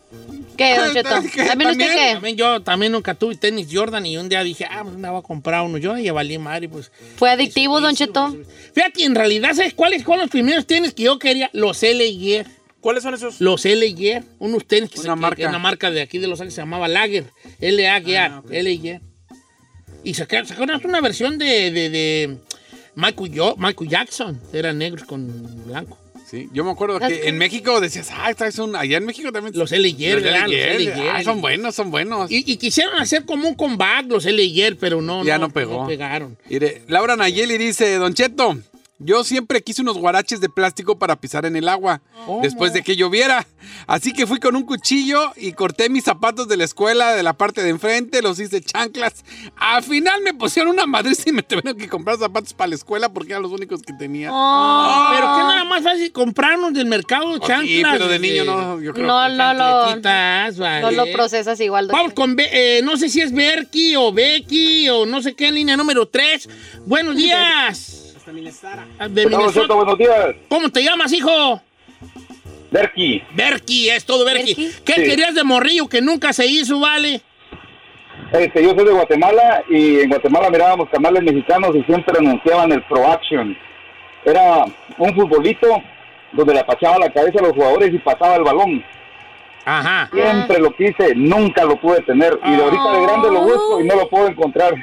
¿Qué, Don Cheto? ¿Qué? ¿También usted qué? También yo también nunca tuve tenis Jordan y un día dije, ah, pues me voy a comprar uno. Yo ya valí madre, pues. ¿Fue adictivo, Don Cheto? Fíjate, en realidad, ¿sabes cuáles fueron los primeros tenis que yo quería? Los L.I.R. ¿Cuáles son esos? Los L.I.R. Unos tenis que, se- Una que- marca. Ah, que una marca de aquí de Los Ángeles se llamaba Lager. L.A.G.A. L.I.R. Y sacaron, sacaron hasta una versión de, de, de Michael, Jo- Michael Jackson. Eran negros con blanco. Sí, yo me acuerdo que en México decías, ah, traes un. Allá en México también. Los L.I.R., Los ¿verdad? Los L.I.R., L.I.R.. Ah, son buenos, son buenos. Y, y quisieron hacer como un comeback los L.I.R., pero no. Ya no pegó. pegaron. Mire, Laura Nayeli dice, Don Cheto, Yo siempre quise unos guaraches de plástico para pisar en el agua, después de que lloviera. Así que fui con un cuchillo y corté mis zapatos de la escuela, de la parte de enfrente, los hice chanclas. Al final me pusieron una madriz y me tuvieron que comprar zapatos para la escuela porque eran los únicos que tenía. Oh, Pero qué nada más fácil comprarnos del mercado Oh, chanclas. sí, pero de este, niño no, yo creo. No, no lo, chancletitas, no vale. lo procesas igual. Vamos doctor. con, Be- eh, no sé si es Berky o Becky o no sé qué, línea número 3. Buenos días. Ah, De Hola, Cheto, Minnesota. buenos días. ¿Cómo te llamas, hijo? Derki, Berky, es todo Berky. Berky. ¿Qué Sí. querías de morrillo que nunca se hizo, vale? este, yo soy de Guatemala y en Guatemala mirábamos canales mexicanos y siempre anunciaban el Pro Action. Era un futbolito donde le apachaba la cabeza a los jugadores y pasaba el balón. Ajá. Siempre lo quise, nunca lo pude tener. Y de ahorita de grande lo busco y no lo puedo encontrar.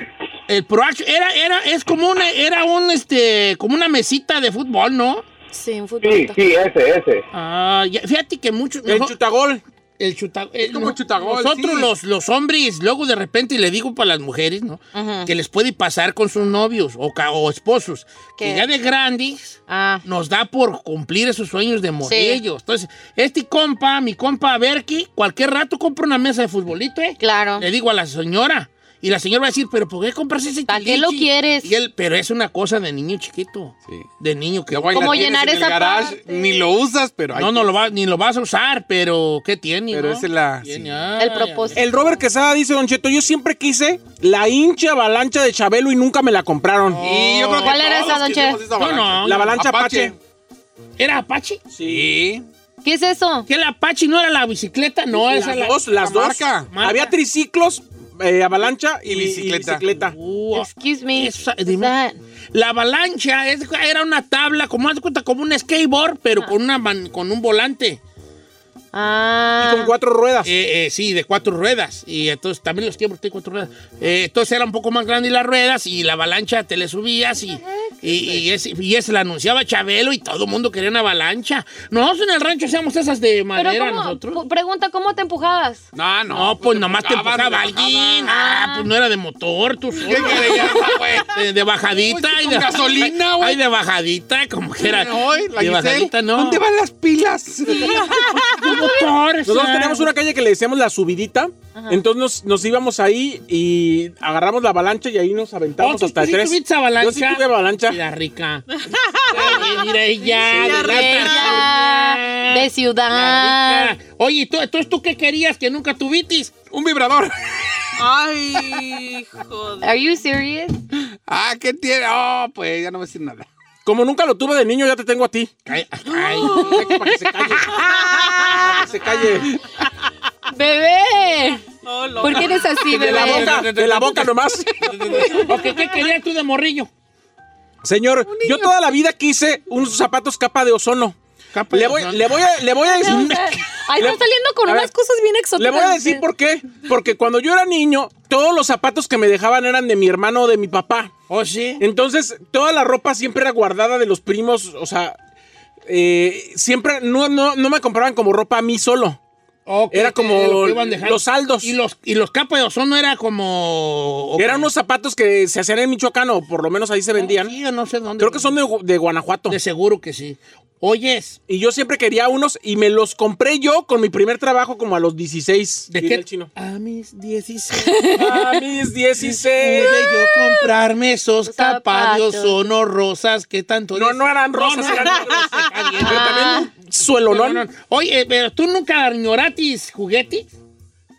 El Pro Action era, era, es como una, era un, este, como una mesita de fútbol, ¿no? Sí, un Sí, futbolito. sí, ese, ese. Ah, ya- fíjate que muchos... El chutagol. El chuta- eh, como chutagol, Nosotros sí. los, los hombres, luego de repente, y le digo para las mujeres, ¿no? Que les puede pasar con sus novios o, ca- o esposos. ¿Qué? Que ya de grandes Ah, nos da por cumplir esos sueños de morrillos. Entonces, este compa, mi compa Berky, cualquier rato compra una mesa de futbolito, ¿eh? claro. Le digo a la señora. Y la señora va a decir, ¿pero por qué compras ese ¿Para qué lo tilichi?" quieres? Y él, pero es una cosa de niño chiquito. Sí. De niño que... Luego ahí la ¿Cómo tienes llenar en el esa garage, parte? Ni lo usas, pero ahí No, no lo va, ni lo vas a usar, pero ¿qué tiene? Pero no? esa es la- Tiene, sí. ay, El propósito. El Robert Quesada dice, Don Cheto, yo siempre quise la hincha avalancha de Chabelo y nunca me la compraron. Y yo creo que ¿Cuál era todos esa, don quisimos Che? esa No, avalancha. no. La avalancha Apache. ¿Era Apache? Sí. ¿Qué es eso? ¿Que la Apache no era la bicicleta? No, Las esa es la... dos, las la dos. marca. Marca. Había triciclos, eh, avalancha y, Y bicicleta. bicicleta. Uh, Excuse me. esa- Is dime. that- La avalancha es- era una tabla, como haz de cuenta, como un skateboard, pero con, una, man- con un volante. Ah. Y con cuatro ruedas. Eh, eh, sí, de cuatro ruedas. Y entonces también los skateboards tienen cuatro ruedas. Eh, entonces era un poco más grande las ruedas y la avalancha te le subías y, y, y ese, y ese la anunciaba Chabelo y todo el mundo quería una avalancha. Nosotros en el rancho hacíamos esas de Pero madera cómo, nosotros. P- pregunta, ¿cómo te empujabas? No, no. No, pues nomás te empujaban, empujaba te alguien. bajaban. Ah, pues no era de motor, tú solo. ¿Qué querías, güey? De, de bajadita. Uy, y con de, gasolina, güey. Ay, de bajadita, como que era. Ay, la de Giselle, bajadita, no. ¿Dónde van las pilas? De motor, Nosotros o sea. teníamos una calle que le decíamos la subidita. Entonces nos, nos íbamos ahí y agarramos la avalancha y ahí nos Oh, aventamos ¿tú, hasta tú sí tres. tuviste avalancha? Yo sí tuve avalancha. Mira, rica. Ay, Mira ella. Mira, de rica. rata. De ciudad. La rica. Oye, ¿tú, entonces tú qué querías que nunca tuvitis? Un vibrador. Ay, joder. Are you serious? Ah, ¿qué tiene? Oh, pues ya no voy a decir nada. Como nunca lo tuve de niño, ya te tengo a ti. Ay, ay. Para que se calle. Para que se calle. Bebé, Oh, loco. ¿por qué eres así, De la bebé? boca, de la boca nomás. Ok, ¿Qué querías tú de morrillo? Señor, yo toda la vida quise unos zapatos capa de ozono. Capa Le de voy, ozono. le voy a, le voy a decir, Ahí están saliendo con A ver, unas cosas bien exóticas. le voy a decir por qué. Porque cuando yo era niño, todos los zapatos que me dejaban eran de mi hermano o de mi papá. Oh, sí. Entonces, toda la ropa siempre era guardada de los primos, o sea, eh, siempre no, no, no me compraban como ropa a mí solo. Ok, Era como lo que iban dejando. los saldos. Y los, y los capas de ozono era como. Eran unos zapatos que se hacían en Michoacán o por lo menos ahí se vendían. Sí, yo no sé dónde. Creo que son de, Gu- de Guanajuato. De seguro que sí. Oyes, Y yo siempre quería unos y me los compré yo con mi primer trabajo como a los 16. ¿de Diría qué? el chino. A mis 16. A Ah, mis 16. Pude yo comprarme esos capas de Zapatos. ozono rosas que tanto. No, no eran rosas, eran Suelo, Ah. No, ¿no? no, no. Oye, pero tú nunca ignoratis juguete.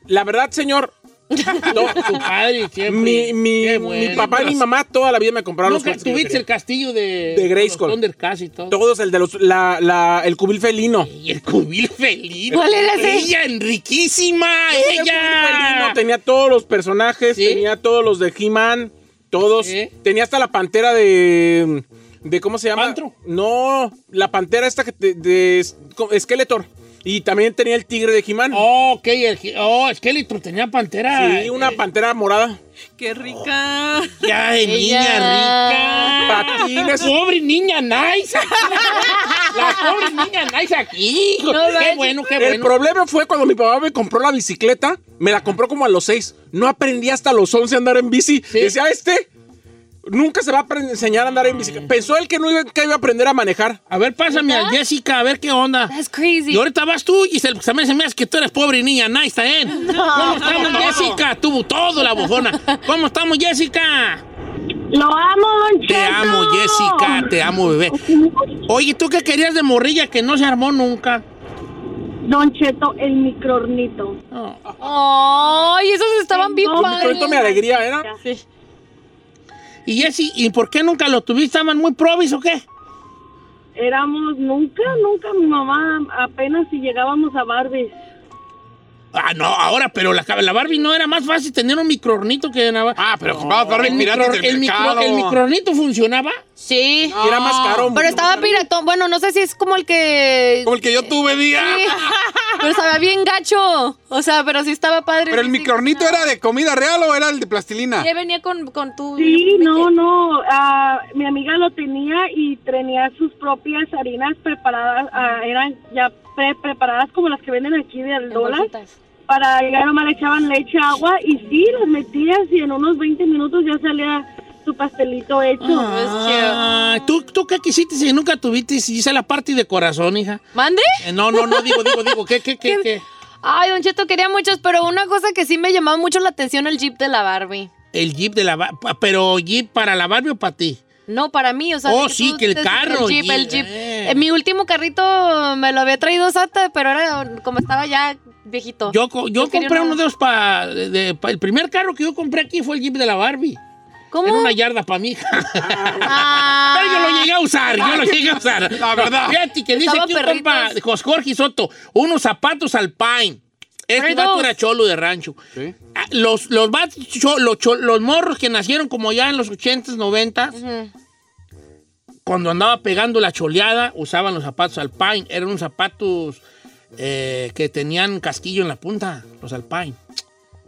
La verdad, señor. Tu no, padre siempre. mi, mi- Qué mi bueno. papá y mi mamá toda la vida me compraron los Nunca juguetes que yo tuviste el quería. castillo de. De Grayskull. los Thundercats y todo. Todos, el de los, la, la- el cubil felino. Y el cubil felino. ¿Cuál era ese? Ella, enriquísima, El cubil felino ella. tenía todos los personajes, ¿Sí? tenía todos los de He-Man, todos. ¿Sí? Tenía hasta la pantera de... de ¿Cómo se llama? ¿Pantro? No, la pantera esta que te- de, Skeletor. Y también tenía el tigre de He-Man. Oh, ok, el, gi- oh, Skeletor tenía pantera. Eh, sí, una pantera morada. Qué rica. Ya de niña Ella. rica. Patines. Pobre niña nice aquí. La pobre niña nice aquí. hijo. No qué manches. bueno, qué El Ah, bueno. problema fue cuando mi papá me compró la bicicleta, me la compró como a los 6. No aprendí hasta los 11 a andar en bici. Decía, "Ah, este, Nunca se va a apren- enseñar a andar en bicicleta. Pensó él que no iba, que iba a aprender a manejar. A ver, pásame a Jessica, a ver qué onda. That's crazy. Y ahorita vas tú, Giselle, porque también se me hace que tú eres pobre niña, nice, está bien. ¿Cómo estamos, Jessica? Tuvo todo la bofona. ¿Cómo estamos, Jessica? Lo amo, Don Te Cheto. amo, Jessica, te amo, bebé. Oye, ¿tú qué querías de morrilla que no se armó nunca? Don Cheto, el microornito. Ay, esos estaban bien No, padres. Pronto me alegría, ¿era? Sí. Y Jessy, ¿y por qué nunca lo tuviste? ¿Estaban muy probis o qué? Éramos nunca, nunca mi mamá, apenas si llegábamos a Barbies. Ah, no, ahora, pero la, la Barbie no era más fácil tener un microornito que nada. Ah, pero comprabas Barbie el, piratas micro- del el, micro- mercado. el microornito funcionaba. Sí. Y era más caro. Pero estaba piratón. Bueno, no sé si es como el que. Como el que yo tuve, ah, diga. Sí. Pero estaba bien gacho. O sea, pero sí estaba padre. Pero el Sí, sí. micronito era de comida real o era el de plastilina. Ya venía con, con tu. Sí, no, no. ah, mi amiga lo tenía y tenía sus propias harinas preparadas, ah, eran ya pre preparadas como las que venden aquí del En dólar. bolsitas. Para llegar nomás le echaban leche, agua y sí, las metías y en unos 20 minutos ya salía tu pastelito hecho. Ah, ¿tú, ¿Tú qué quisiste si nunca tuviste? Si hice la parte de corazón, hija. ¿Mande? Eh, no, no, no, digo, digo, digo, ¿qué, qué, qué, qué? Ay, Don Cheto, quería muchos, pero una cosa que sí me llamaba mucho la atención el Jeep de la Barbie. El jeep de la... ba- pa- Pero jeep para la Barbie o para ti. No, para mí, o sea... Oh, de sí, tú que el te- carro, El Jeep, el Jeep, Jeep. eh. Eh, mi último carrito me lo había traído Santa, pero era como estaba ya viejito. Yo, co- yo quería compré una- uno de los para... el primer carro que yo compré aquí fue el jeep de la Barbie. ¿Cómo? Era una yarda para mí. Ah. Pero yo lo llegué a usar, yo lo llegué a usar. La verdad. Fíjate que dice Estaba que un perritos. compa, Jos- Jorge Soto, unos zapatos alpine. Este Perros. vato era cholo de rancho. Sí. Ah, Los, los, vatos cho- los, cho- los morros que nacieron como ya en los 80s, 90s, cuando andaba pegando la choleada, usaban los zapatos alpine. Eran unos zapatos eh, que tenían casquillo en la punta, los alpine.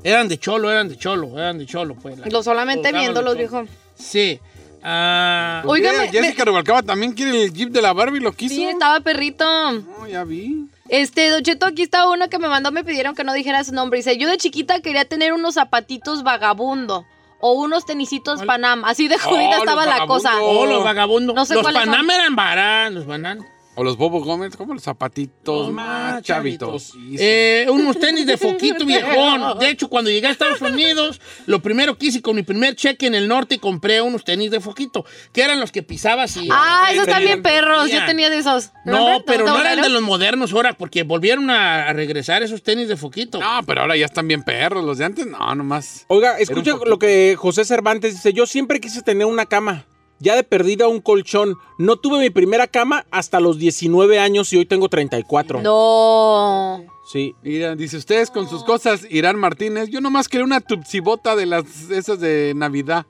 Eran de cholo, eran de cholo, eran de cholo. Pues, la- Lo solamente usaban viéndolos, de cholo. viejo. Sí. Ah, Oiga, Mira, me- Jessica Rubalcaba también quiere el jeep de la Barbie, lo quiso. Sí, estaba perrito. No, ya vi. Este, Don Cheto, aquí está uno que me mandó, me pidieron que no dijera su nombre. Dice, yo de chiquita quería tener unos zapatitos vagabundo o unos tenisitos Panam. Así de jodida los estaba la cosa. vagabundos. Oh, los vagabundos. No sé los cuáles son. Panam eran baranos, los bananos. O los Bobo Gómez, como los zapatitos más chavitos. Eh, unos tenis de foquito viejón. De hecho, cuando llegué a Estados Unidos, lo primero que hice con mi primer cheque en el norte, compré unos tenis de foquito, que eran los que Eh, pisabas y... Ah, esos también perros. Mira. Yo tenía de esos. No, pero no eran de los... los modernos ahora, porque volvieron a a regresar esos tenis de foquito. No, pero ahora ya están bien perros. Los de antes, no, nomás. Oiga, escucha lo que José Cervantes dice. Yo siempre quise tener una cama. Ya de perdida un colchón. No tuve mi primera cama hasta los 19 años y hoy tengo 34. No. Sí. Mira, dice ustedes con sus cosas, Irán Martínez. Yo nomás quería una tupsibota de las esas de Navidad.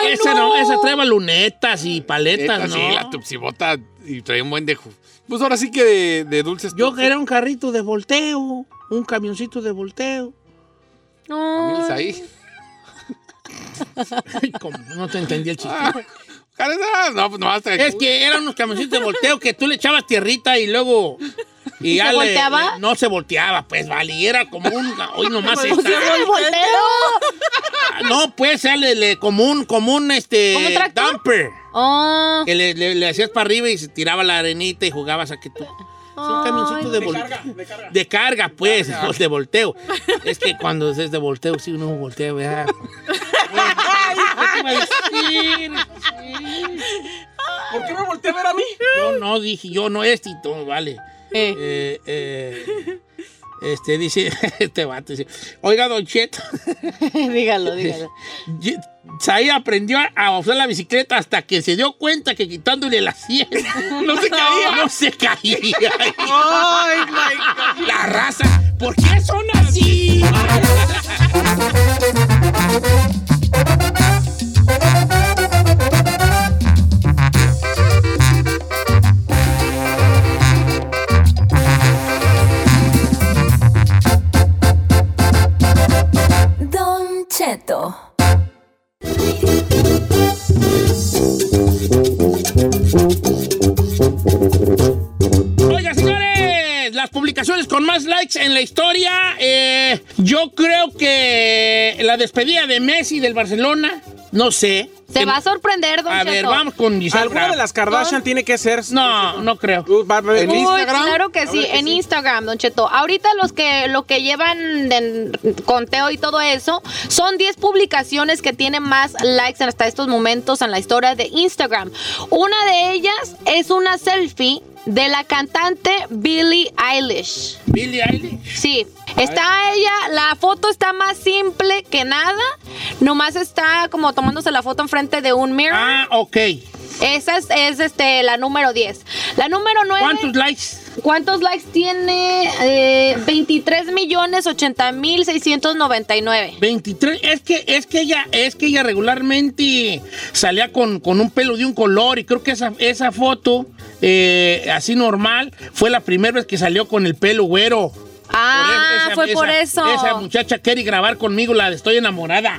¡Ay, esa no! no, esa traía lunetas y paletas, Neta, ¿no? Sí, Eh, la tupsibota y traía un buen dejo. Pues ahora sí que de, de dulces. Yo Tupsi. quería un carrito de volteo, un camioncito de volteo. No. Amigos ahí. Ay, cómo, no te entendí el chiste. Caras, No, pues nomás traía. Es que eran unos camioncitos de volteo que tú le echabas tierrita y luego. ¿Y, se le- volteaba? le- no se volteaba, pues, vale. Y era como un. Hoy nomás ¿Por esta. qué me volteo? No, pues, sea, le- le- como un, como un este. ¿Como un tractor? dumper. Oh, Que le, le- le hacías para arriba y se tiraba la arenita y jugabas a que tú. Sí, un camioncito de, volteo. de carga. pues, o de volteo. es que cuando es de volteo, sí, uno voltea, ¿verdad? Ay, ¿qué te iba a decir? ¿Por qué me volteé a ver a mí? Yo no dije, yo no este y todo, vale. eh. Eh, eh, este dice, este vato dice, oiga, Don Cheto, dígalo, dígalo. ye- Saí aprendió a- a usar la bicicleta hasta que se dio cuenta que quitándole la sien no se caía. No se caía. Ay, my God. La raza, ¿por qué son así? Don Cheto. Oiga, señores, las publicaciones con más likes en la historia. eh, yo creo que la despedida de Messi del Barcelona No sé. Se va a sorprender, don A ver, Cheto. vamos con Instagram. ¿Alguna de las Kardashian tiene que ser? No, no creo. ¿En Uy, Instagram? claro que sí, en Instagram, Don Cheto. Ahorita los que lo que llevan de conteo y todo eso son 10 publicaciones que tienen más likes hasta estos momentos en la historia de Instagram. Una de ellas es una selfie de la cantante Billie Eilish. Billie Eilish. Sí, está ella, la foto está más simple que nada, nomás está como tomándose la foto enfrente de un mirror. Ah, ok. Esa es, es, este, la número 10. La número 9. ¿Cuántos likes? ¿Cuántos likes tiene? Eh, 23 millones 80 mil 699. 23. Es que, es que ella, es que ella regularmente salía con, con un pelo de un color y creo que esa, esa foto, eh, así normal, fue la primera vez que salió con el pelo güero. Ah, Esa- fue esa- por eso. Esa muchacha quiere grabar conmigo la de Estoy enamorada.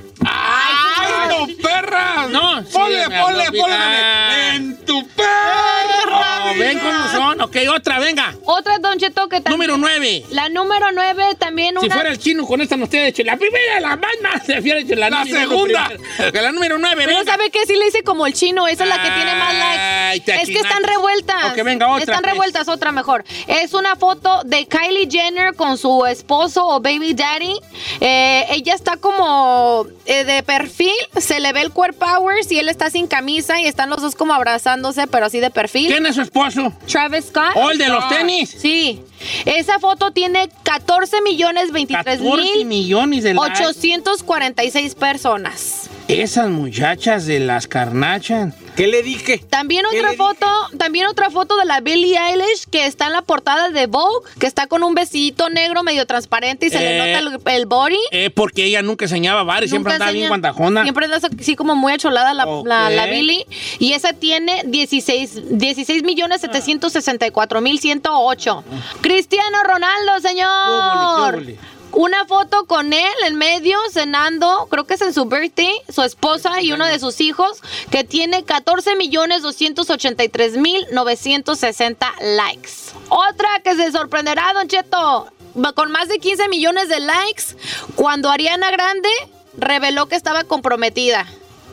¡Ay, no, perra! No, sí, ponle, me ponle, habló, ponle. mira. En tu perra. Oh, ven cómo son. Ok, otra, venga. Otra Don Cheto que también. Número 9. La número 9 también Si una. fuera el chino con esta no hubiera hecho la primera, la más más, se hubiera hecho la, La número segunda. primero. Que la número 9, Pero sabe que sí le hice como el chino, esa es la que tiene más Ay, likes. te Es que están achinaste. revueltas. Ok, venga, otra, Están pues. revueltas, otra mejor. Es una foto de Kylie Jenner con su esposo o baby daddy. Eh, ella está como eh, de perfil, se le ve el cuerpo powers y él está sin camisa y están los dos como abrazándose, pero así de perfil. ¿Quién es su esposo? Travis Scott. ¿O el de los tenis? Sí. Esa foto tiene 14 millones 23 14 mil millones de likes. 846 personas. Esas muchachas de las carnachas. ¿Qué le dije? También ¿Qué otra le foto, también otra foto de la Billie Eilish que está en la portada de Vogue, que está con un besito negro medio transparente y se Eh, le nota el, el body. Eh, porque ella nunca enseñaba bares, siempre Nunca andaba bien enseña- guandajona. Siempre anda así como muy acholada la, la, la Ok. Billie. Y esa tiene 16, 16 millones 764 mil 108. Cristiano Ronaldo, señor. Qué óvole, qué óvole. Una foto con él en medio, cenando, creo que es en su birthday, su esposa y uno de sus hijos, que tiene 14 millones 283 mil 960 likes. Otra que se sorprenderá, Don Cheto, va con más de 15 millones de likes, cuando Ariana Grande reveló que estaba comprometida.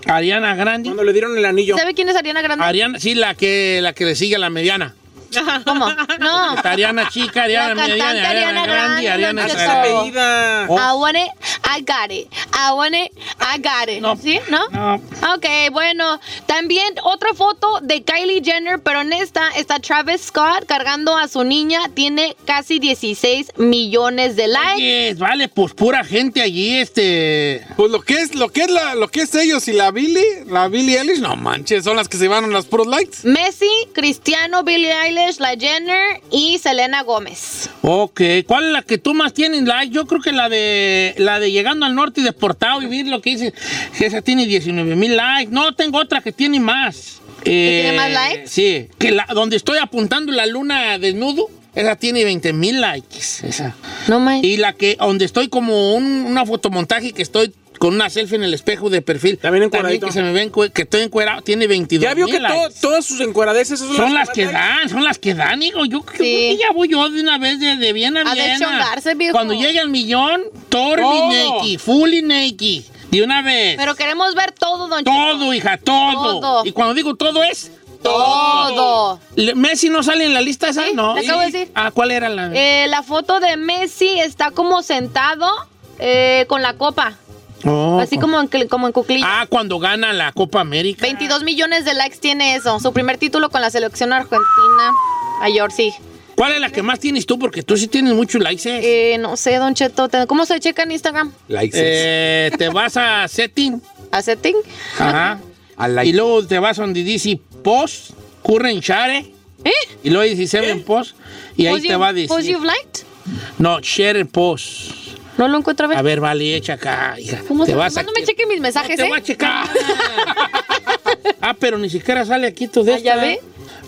Ariana Grande. Cuando le dieron el anillo. ¿Sabe quién es Ariana Grande? Ariana, sí, la que, la que le sigue a la mediana. ¿Cómo? No. Está Ariana chica, Ariana La mediana, cantante Ariana Grande, Ariana no Hasta sé el todo. Grande. apellida. Oh. I want it, I got it. I want it, I got it. No. ¿Sí? ¿No? No. Ok, bueno. También otra foto de Kylie Jenner, pero en esta está Travis Scott cargando a su niña. Tiene casi 16 millones de likes. Yes, vale, pues pura gente allí, este. Pues lo que es, lo que es la, lo que es ellos y la Billy, la Billy Ellis, no manches, son las que se van a las puros likes. Messi, Cristiano, Billie Eilish, la Jenner y Selena Gómez. Ok, ¿cuál es la que tú más tienes like? Yo creo que la de la de llegando al norte y deportado y ver lo que dice, que esa tiene 19 mil likes. No, tengo otra que tiene más. Eh, tiene más likes? Sí, que la, donde estoy apuntando la luna desnudo, esa tiene 20 mil likes. Esa. No manches. Y la que, donde estoy como un, una fotomontaje que estoy con una selfie en el espejo de perfil. También encueradito. que se me ven que estoy encuerado, tiene 22 Ya vio que mil todo- likes. todas sus encueradeces esas Son las que más likes. dan, son las que dan, hijo. Yo creo Sí. que ya voy yo de una vez de, de bien a, A bien. deschongarse, viejo. Cuando llegue al millón, todo Todo. naked, fully naked. De una vez. Pero queremos ver todo, don Cheto. todo, hija, todo. Todo. Y cuando digo todo es... Todo. Le- ¿Messi no sale en la lista esa? Sí, no. le acabo de ¿Y? decir. Ah, ¿cuál era la...? Eh, la foto de Messi está como sentado eh, con la copa. Oh. Así como en, cl- como en cuclillas. Ah, cuando gana la Copa América. 22 millones de likes tiene eso. Su primer título con la selección argentina. Ayer sí. ¿Cuál es la que más tienes tú? Porque tú sí tienes muchos likes. Eh. Eh, no sé, Don Cheto. te- ¿Cómo se checa en Instagram? Likes. Eh, te vas a setting. ¿A setting? Ajá. A like. Y luego te vas donde dice post, current share. ¿Eh? Y luego 17 en post. Y ahí Post te you- va a decir. post you've liked? No, share post. No lo encuentro a ver. A ver, vale, echa acá, hija. Pues- ¿Cómo te se- vas nomás a... no me chequen mis mensajes, te ¿eh? voy a checar. ah, pero ni siquiera sale aquí tu de Ah, ya esta. ve.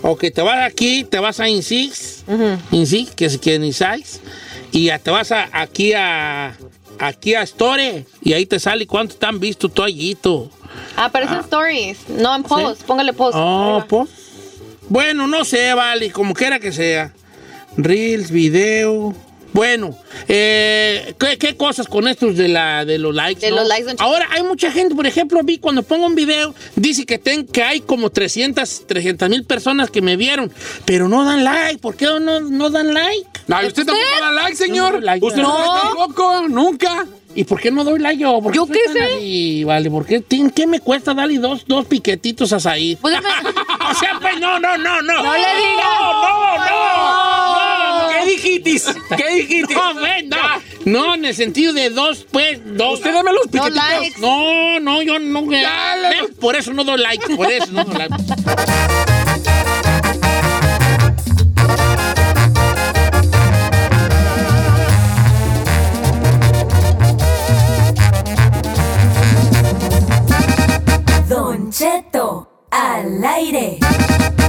Ok, te vas aquí, te vas a Insix. Ujú. Insix, que es que en Insix. Y ya te vas a, aquí a... Aquí a Store. Y ahí te sale cuánto te han visto tu allito. Aparecen stories. No, en post. Póngale post. Oh, Ahí va. pues. Bueno, no sé, vale, como quiera que sea. Reels, video, Bueno, eh, ¿qué, qué cosas con estos de, la, de los likes? De no? los likes, don Cheto. Ahora, hay mucha gente, por ejemplo, vi cuando pongo un video, dice que, ten, que hay como 300 mil personas que me vieron, pero no dan like. ¿Por qué no, no dan like? No, y usted tampoco da like, Yo señor. no doy like, usted ¿verdad? no da tampoco, nunca. ¿Y por qué no doy like yo? ¿Por ¿Yo soy qué tan sé? ahí? vale, ¿por qué, tin- qué me cuesta darle dos, dos piquetitos a Said? Pues, me- O sea, pues, no, no, no, no. No le digas. No, no, no. no. ¿Qué dijitis? ¿Qué dijitis? No, güey, no. No, en el sentido de dos, pues, dos. Usted dame los no piquetitos. likes. No, no, yo no. Dale. ¿Ves? Por eso no doy like, por eso no doy like. Don Cheto, al aire.